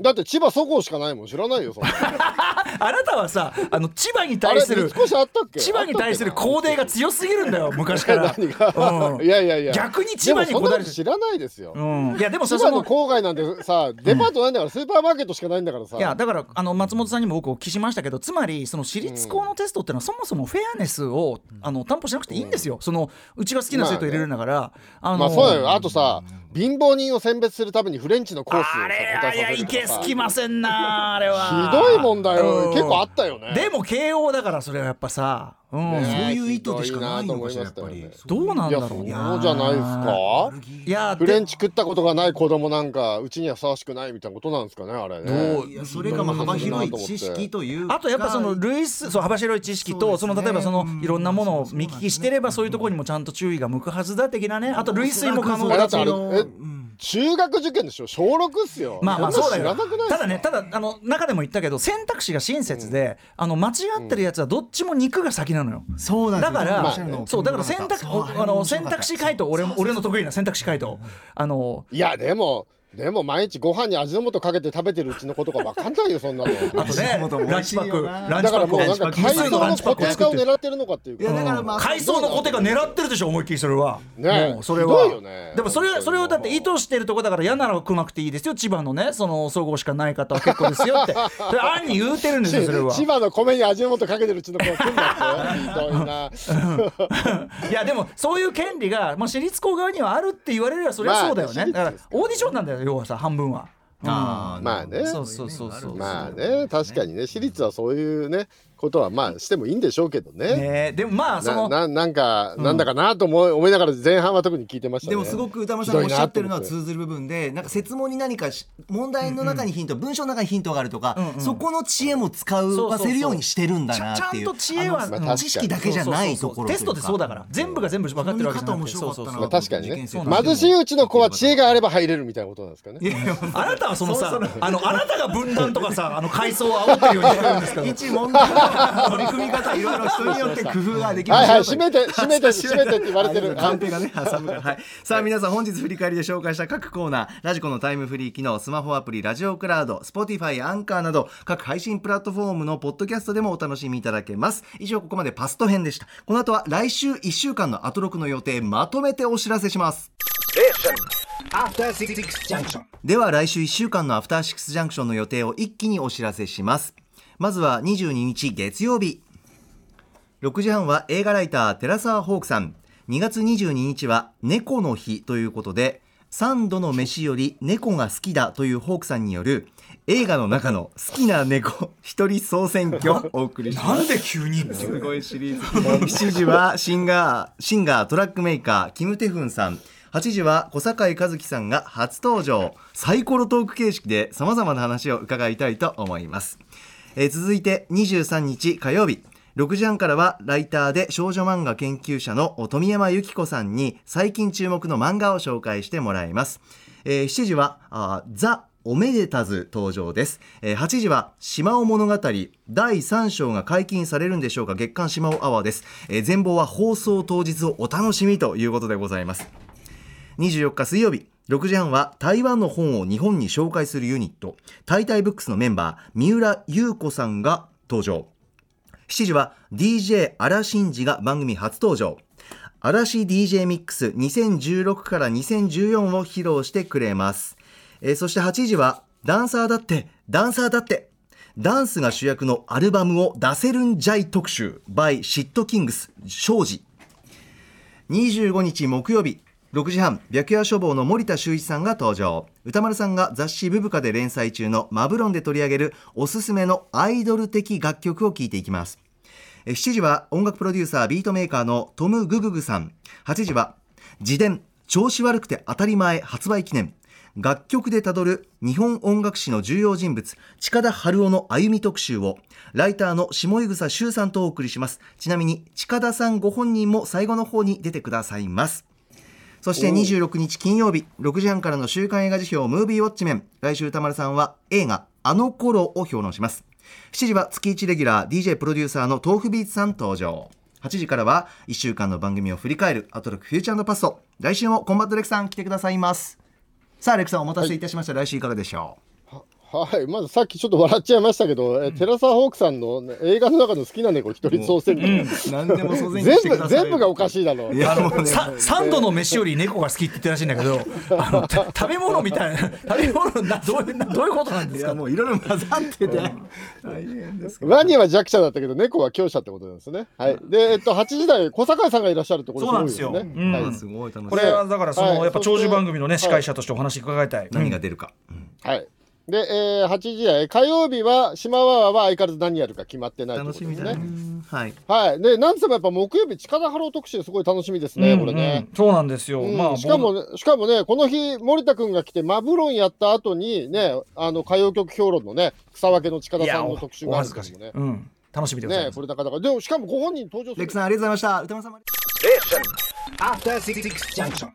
S4: だって千葉そごうしかないもん知らないよそんな
S3: あなたはさあの千葉に
S4: あ
S3: 対
S4: れ
S3: す
S4: 三
S3: る
S4: 越あったっけ
S3: 千葉に対する肯定が強すぎるんだよ昔か
S4: あ
S3: ら
S4: ったっけな何が、
S3: うん
S4: いやいやいや
S3: 逆に千葉に
S4: でも
S3: こ
S4: そ
S3: だわ
S4: んな
S3: り
S4: の知らないですよ、
S3: うんいやでもさ
S4: 千
S3: そ
S4: 葉の
S3: の
S4: 郊外なんてさデパートないんだからスーパーマーケットしかないんだからさ
S3: いやだからあの松本さんにも僕お聞きしましたけどつまりその私立校のテストっていうのはそもそもフェアネスをあの担保しなくていいんですよ、そのうちが好きな生徒入れるんだから、あの
S4: まあそうだよあとさ貧乏人を選別するためにフレンチのコースをさ
S3: あれ
S4: 答
S3: は
S4: え
S3: いや
S4: させ
S3: い
S4: るとか
S3: け
S4: さ
S3: すきませんなあれは
S4: ひどい問題
S3: うん
S4: を結構あったよね
S3: でも慶応だからそれはやっぱさ、うん
S2: そう
S4: ね
S2: いう意図でしかないのかしらやっぱ
S4: ひどい
S2: り
S4: なと思いま。し
S3: どうなん
S4: いや
S3: だ
S4: そ
S3: ろう
S4: う
S3: い
S4: じ
S3: や
S4: ゃないですか
S3: いや
S4: フレン
S3: チ
S4: チ食ったことがない子供なんかうちにはふさわしくないみたいなことなんですかねあれね
S2: いやそれがまあ幅広い知識というか。
S3: あとやっぱその類似そう幅広い知識と
S2: そ
S3: そ,、
S2: うですね
S3: の例えばその
S2: うん
S3: いろんなものを見聞きしてればそういうところにもちゃんと注意が向くはずだ的なねあと類推も可能だ
S4: あだ
S3: し
S4: ってあれえ
S2: うん
S4: 中学受験でしょ小6っすよ
S3: まあまあ
S4: こんな
S3: そうだよ
S4: 知らなくない
S3: ただねただあの中でも言ったけど選択肢が親切で、あの間違ってるやつはどっちも肉が先なのよ、
S2: そうなんです
S3: だか
S2: よお
S3: ら、
S2: っしゃるの
S3: そうだから選択
S2: そう
S3: あの選択肢回答俺も俺の得意な選択肢回答あの
S4: いやでもでも毎日ご飯に味の素かけて食べてるうちの子とかわかんないよそんなの
S3: あとねランチパックラン
S4: だ
S3: チパッ
S4: からもう なん
S3: ク
S4: か
S3: を
S4: 海藻の
S3: パッ
S4: 小
S3: クを
S4: 手
S3: 作
S4: 塚
S3: っ
S4: を
S3: て
S4: 狙ってるのかっていうか
S2: いやだからまあ
S3: 海藻の小手が狙ってるでしょ思いっきりそれは、
S4: ねえ
S3: もうそれ
S4: ひ
S3: は
S4: どいよね
S3: でもそれはそれをだって意図してるとこだから嫌なら来なくていいですよ千葉のねその総合しかない方は結構です よってそれ案に言うてるんですよそれは
S4: 千葉の米に味の素かけてるうちの子が来んだってひどいな
S3: いやでもそういう権利が、まあ、私立校側にはあるって言われればそれはそうだよね、
S4: まあね
S3: だからオーディションなんだよ要はさ半分は。
S2: あー
S4: まあね
S2: そうそうそうそう
S4: まあね確かにね私立はそういうねことはまあしてもいいんでしょうけどね
S5: ね、でもまあそ
S4: な
S5: の
S4: ななんか、なんだかなと思い思いながら前半は特に聞いてました
S2: で
S4: ね
S2: もすごく歌丸さんがおっしゃってるのは通ずる部分でなんか説問に何かし問題の中にヒント、文章の中にヒントがあるとか、そこの知恵も使うわせるようにしてるんだ
S3: ち
S2: な
S3: ゃ
S2: っ
S3: ちゃ
S2: てい
S3: ん
S2: う
S3: と知恵は
S2: あの
S4: まあ
S2: 知識だけじゃないところというか
S3: テストでそうだから全部が全部分かってるわけじゃなくて
S2: 読み方面白かったな
S3: そうそうそう
S4: まあ、確かにね
S2: そう
S3: なん
S4: 貧しいうちの子は知恵があれば入れるみたいなことなんですかね
S2: いやいや
S3: あなたはそのさあのあなたが分断とかさあの階層を煽ってるようにしてるんですけど
S2: 一問題の取り組み方いろいろ人によって工夫ができま
S4: は
S2: す
S4: い
S2: よ
S4: はい閉めて閉めて閉めてって言われてる
S2: カンペがね挟むから、 はい、さあ皆さん本日振り返りで紹介した各コーナーラジコのタイムフリー機能スマホアプリラジオクラウド Spotify アンカーなど各配信プラットフォームのポッドキャストでもお楽しみいただけます以上ここまでパスト編でしたこの後は来週1週間のアトロクの予定まとめてお知らせしますでは来週1週間のアフターシックスジャンクションの予定を一気にお知らせしますまずは22日月曜日6時半は映画ライター寺澤ホークさん2月22日は猫の日ということで3度の飯より猫が好きだというホークさんによる映画の中の好きな猫一人総選挙をお送りします
S3: なんで急に
S2: すごいシリーズ。7時はシンガー、シンガー、トラックメーカー、キム・テフンさん。8時は小堺一機さんが初登場。サイコロトーク形式で様々な話を伺いたいと思います。えー続いて23日火曜日。6時半からはライターで少女漫画研究者の富山由紀子さんに最近注目の漫画を紹介してもらいます。えー7時はあーザ・おめでたず登場です、えー8時は島尾物語第3章が解禁されるんでしょうか月刊島尾アワーです、えー全貌は放送当日をお楽しみということでございます24日水曜日6時半は台湾の本を日本に紹介するユニットタイタイブックスのメンバー三浦優子さんが登場7時は DJ 荒新二が番組初登場嵐 DJ ミックス2016から2014を披露してくれます、えーそして8時はダンサーだってダンサーだってダンスが主役のアルバムを出せるんじゃい特集 by シットキングス庄司25日木曜日6時半白夜書房の森田修一さんが登場歌丸さんが雑誌「ブブカ」で連載中の「マブロン」で取り上げるおすすめのアイドル的楽曲を聴いていきますえ7時は音楽プロデューサービートメーカーのトム・グググさん8時は自伝調子悪くて当たり前発売記念楽曲でたどる日本音楽史の重要人物近田春夫の歩み特集をライターの下井草修さんとお送りしますちなみに近田さんご本人も最後の方に出てくださいますそして26日金曜日6時半からの週刊映画辞表ムービーウォッチメン来週歌丸さんは映画あの頃を評論します7時は月1レギュラー DJ プロデューサーの豆腐ビーツさん登場8時からは1週間の番組を振り返るアトロックフューチャーパスト来週もコンバットレクさん来てくださいますさあレクさんお待たせいたしました、来週いかがでしょ
S4: はいまずさっきちょっと笑っちゃいましたけど、え寺澤ホークさんのね映画の中の好きな猫一人総選挙、
S2: う何でも当然
S4: 全
S2: にしてく
S4: 部
S2: ださい
S4: 全部がおかしいだろう
S2: いやもうね
S3: さ三度の飯より猫が好きって言ってるらしいんだけど、あのた食べ物みたいな食べ物などういうなどういうことなんで
S2: い
S3: す
S2: や
S3: か。
S2: もういろいろ混ざってて大変ですけど
S4: ワニは弱者だったけど猫は強者ってことなんですね。はい。で、えっと8時台小堺さんがいらっしゃるってことすごいですね。
S3: うん
S4: はい
S2: すごい楽しい
S3: これはだからその、
S4: はい
S3: やっぱ長寿番組のね
S4: そし
S3: 司
S4: て
S3: 会者としてお話伺いたい。
S2: 何が出るか、うん
S4: はい。で、えー、8時台、火曜日は、島ワーは相変わらず何やるか決まってないという
S2: 楽
S4: こと
S2: し
S4: で
S2: み
S4: す
S2: だね
S4: ね。
S2: はい
S4: はい。で、なんせもやっぱ木曜日、近田ハロー特集、すごい楽しみですね、これ
S3: うんう
S4: ね
S3: ん。そうなんですよ。
S4: うん
S3: まあ
S4: しかもね、しかもね、この日、森田君が来て、マブロンやった後に、ね、あの、歌謡曲評論のね、草分けの近田さんの特集があるんですよね。
S3: 僕うん楽しみでござい
S4: ね
S3: ま、す。
S4: これなかなか、でも、しかもご本人登場す
S2: レ
S4: る
S2: ク。さんありがとうございました歌丸さんもありがとうございました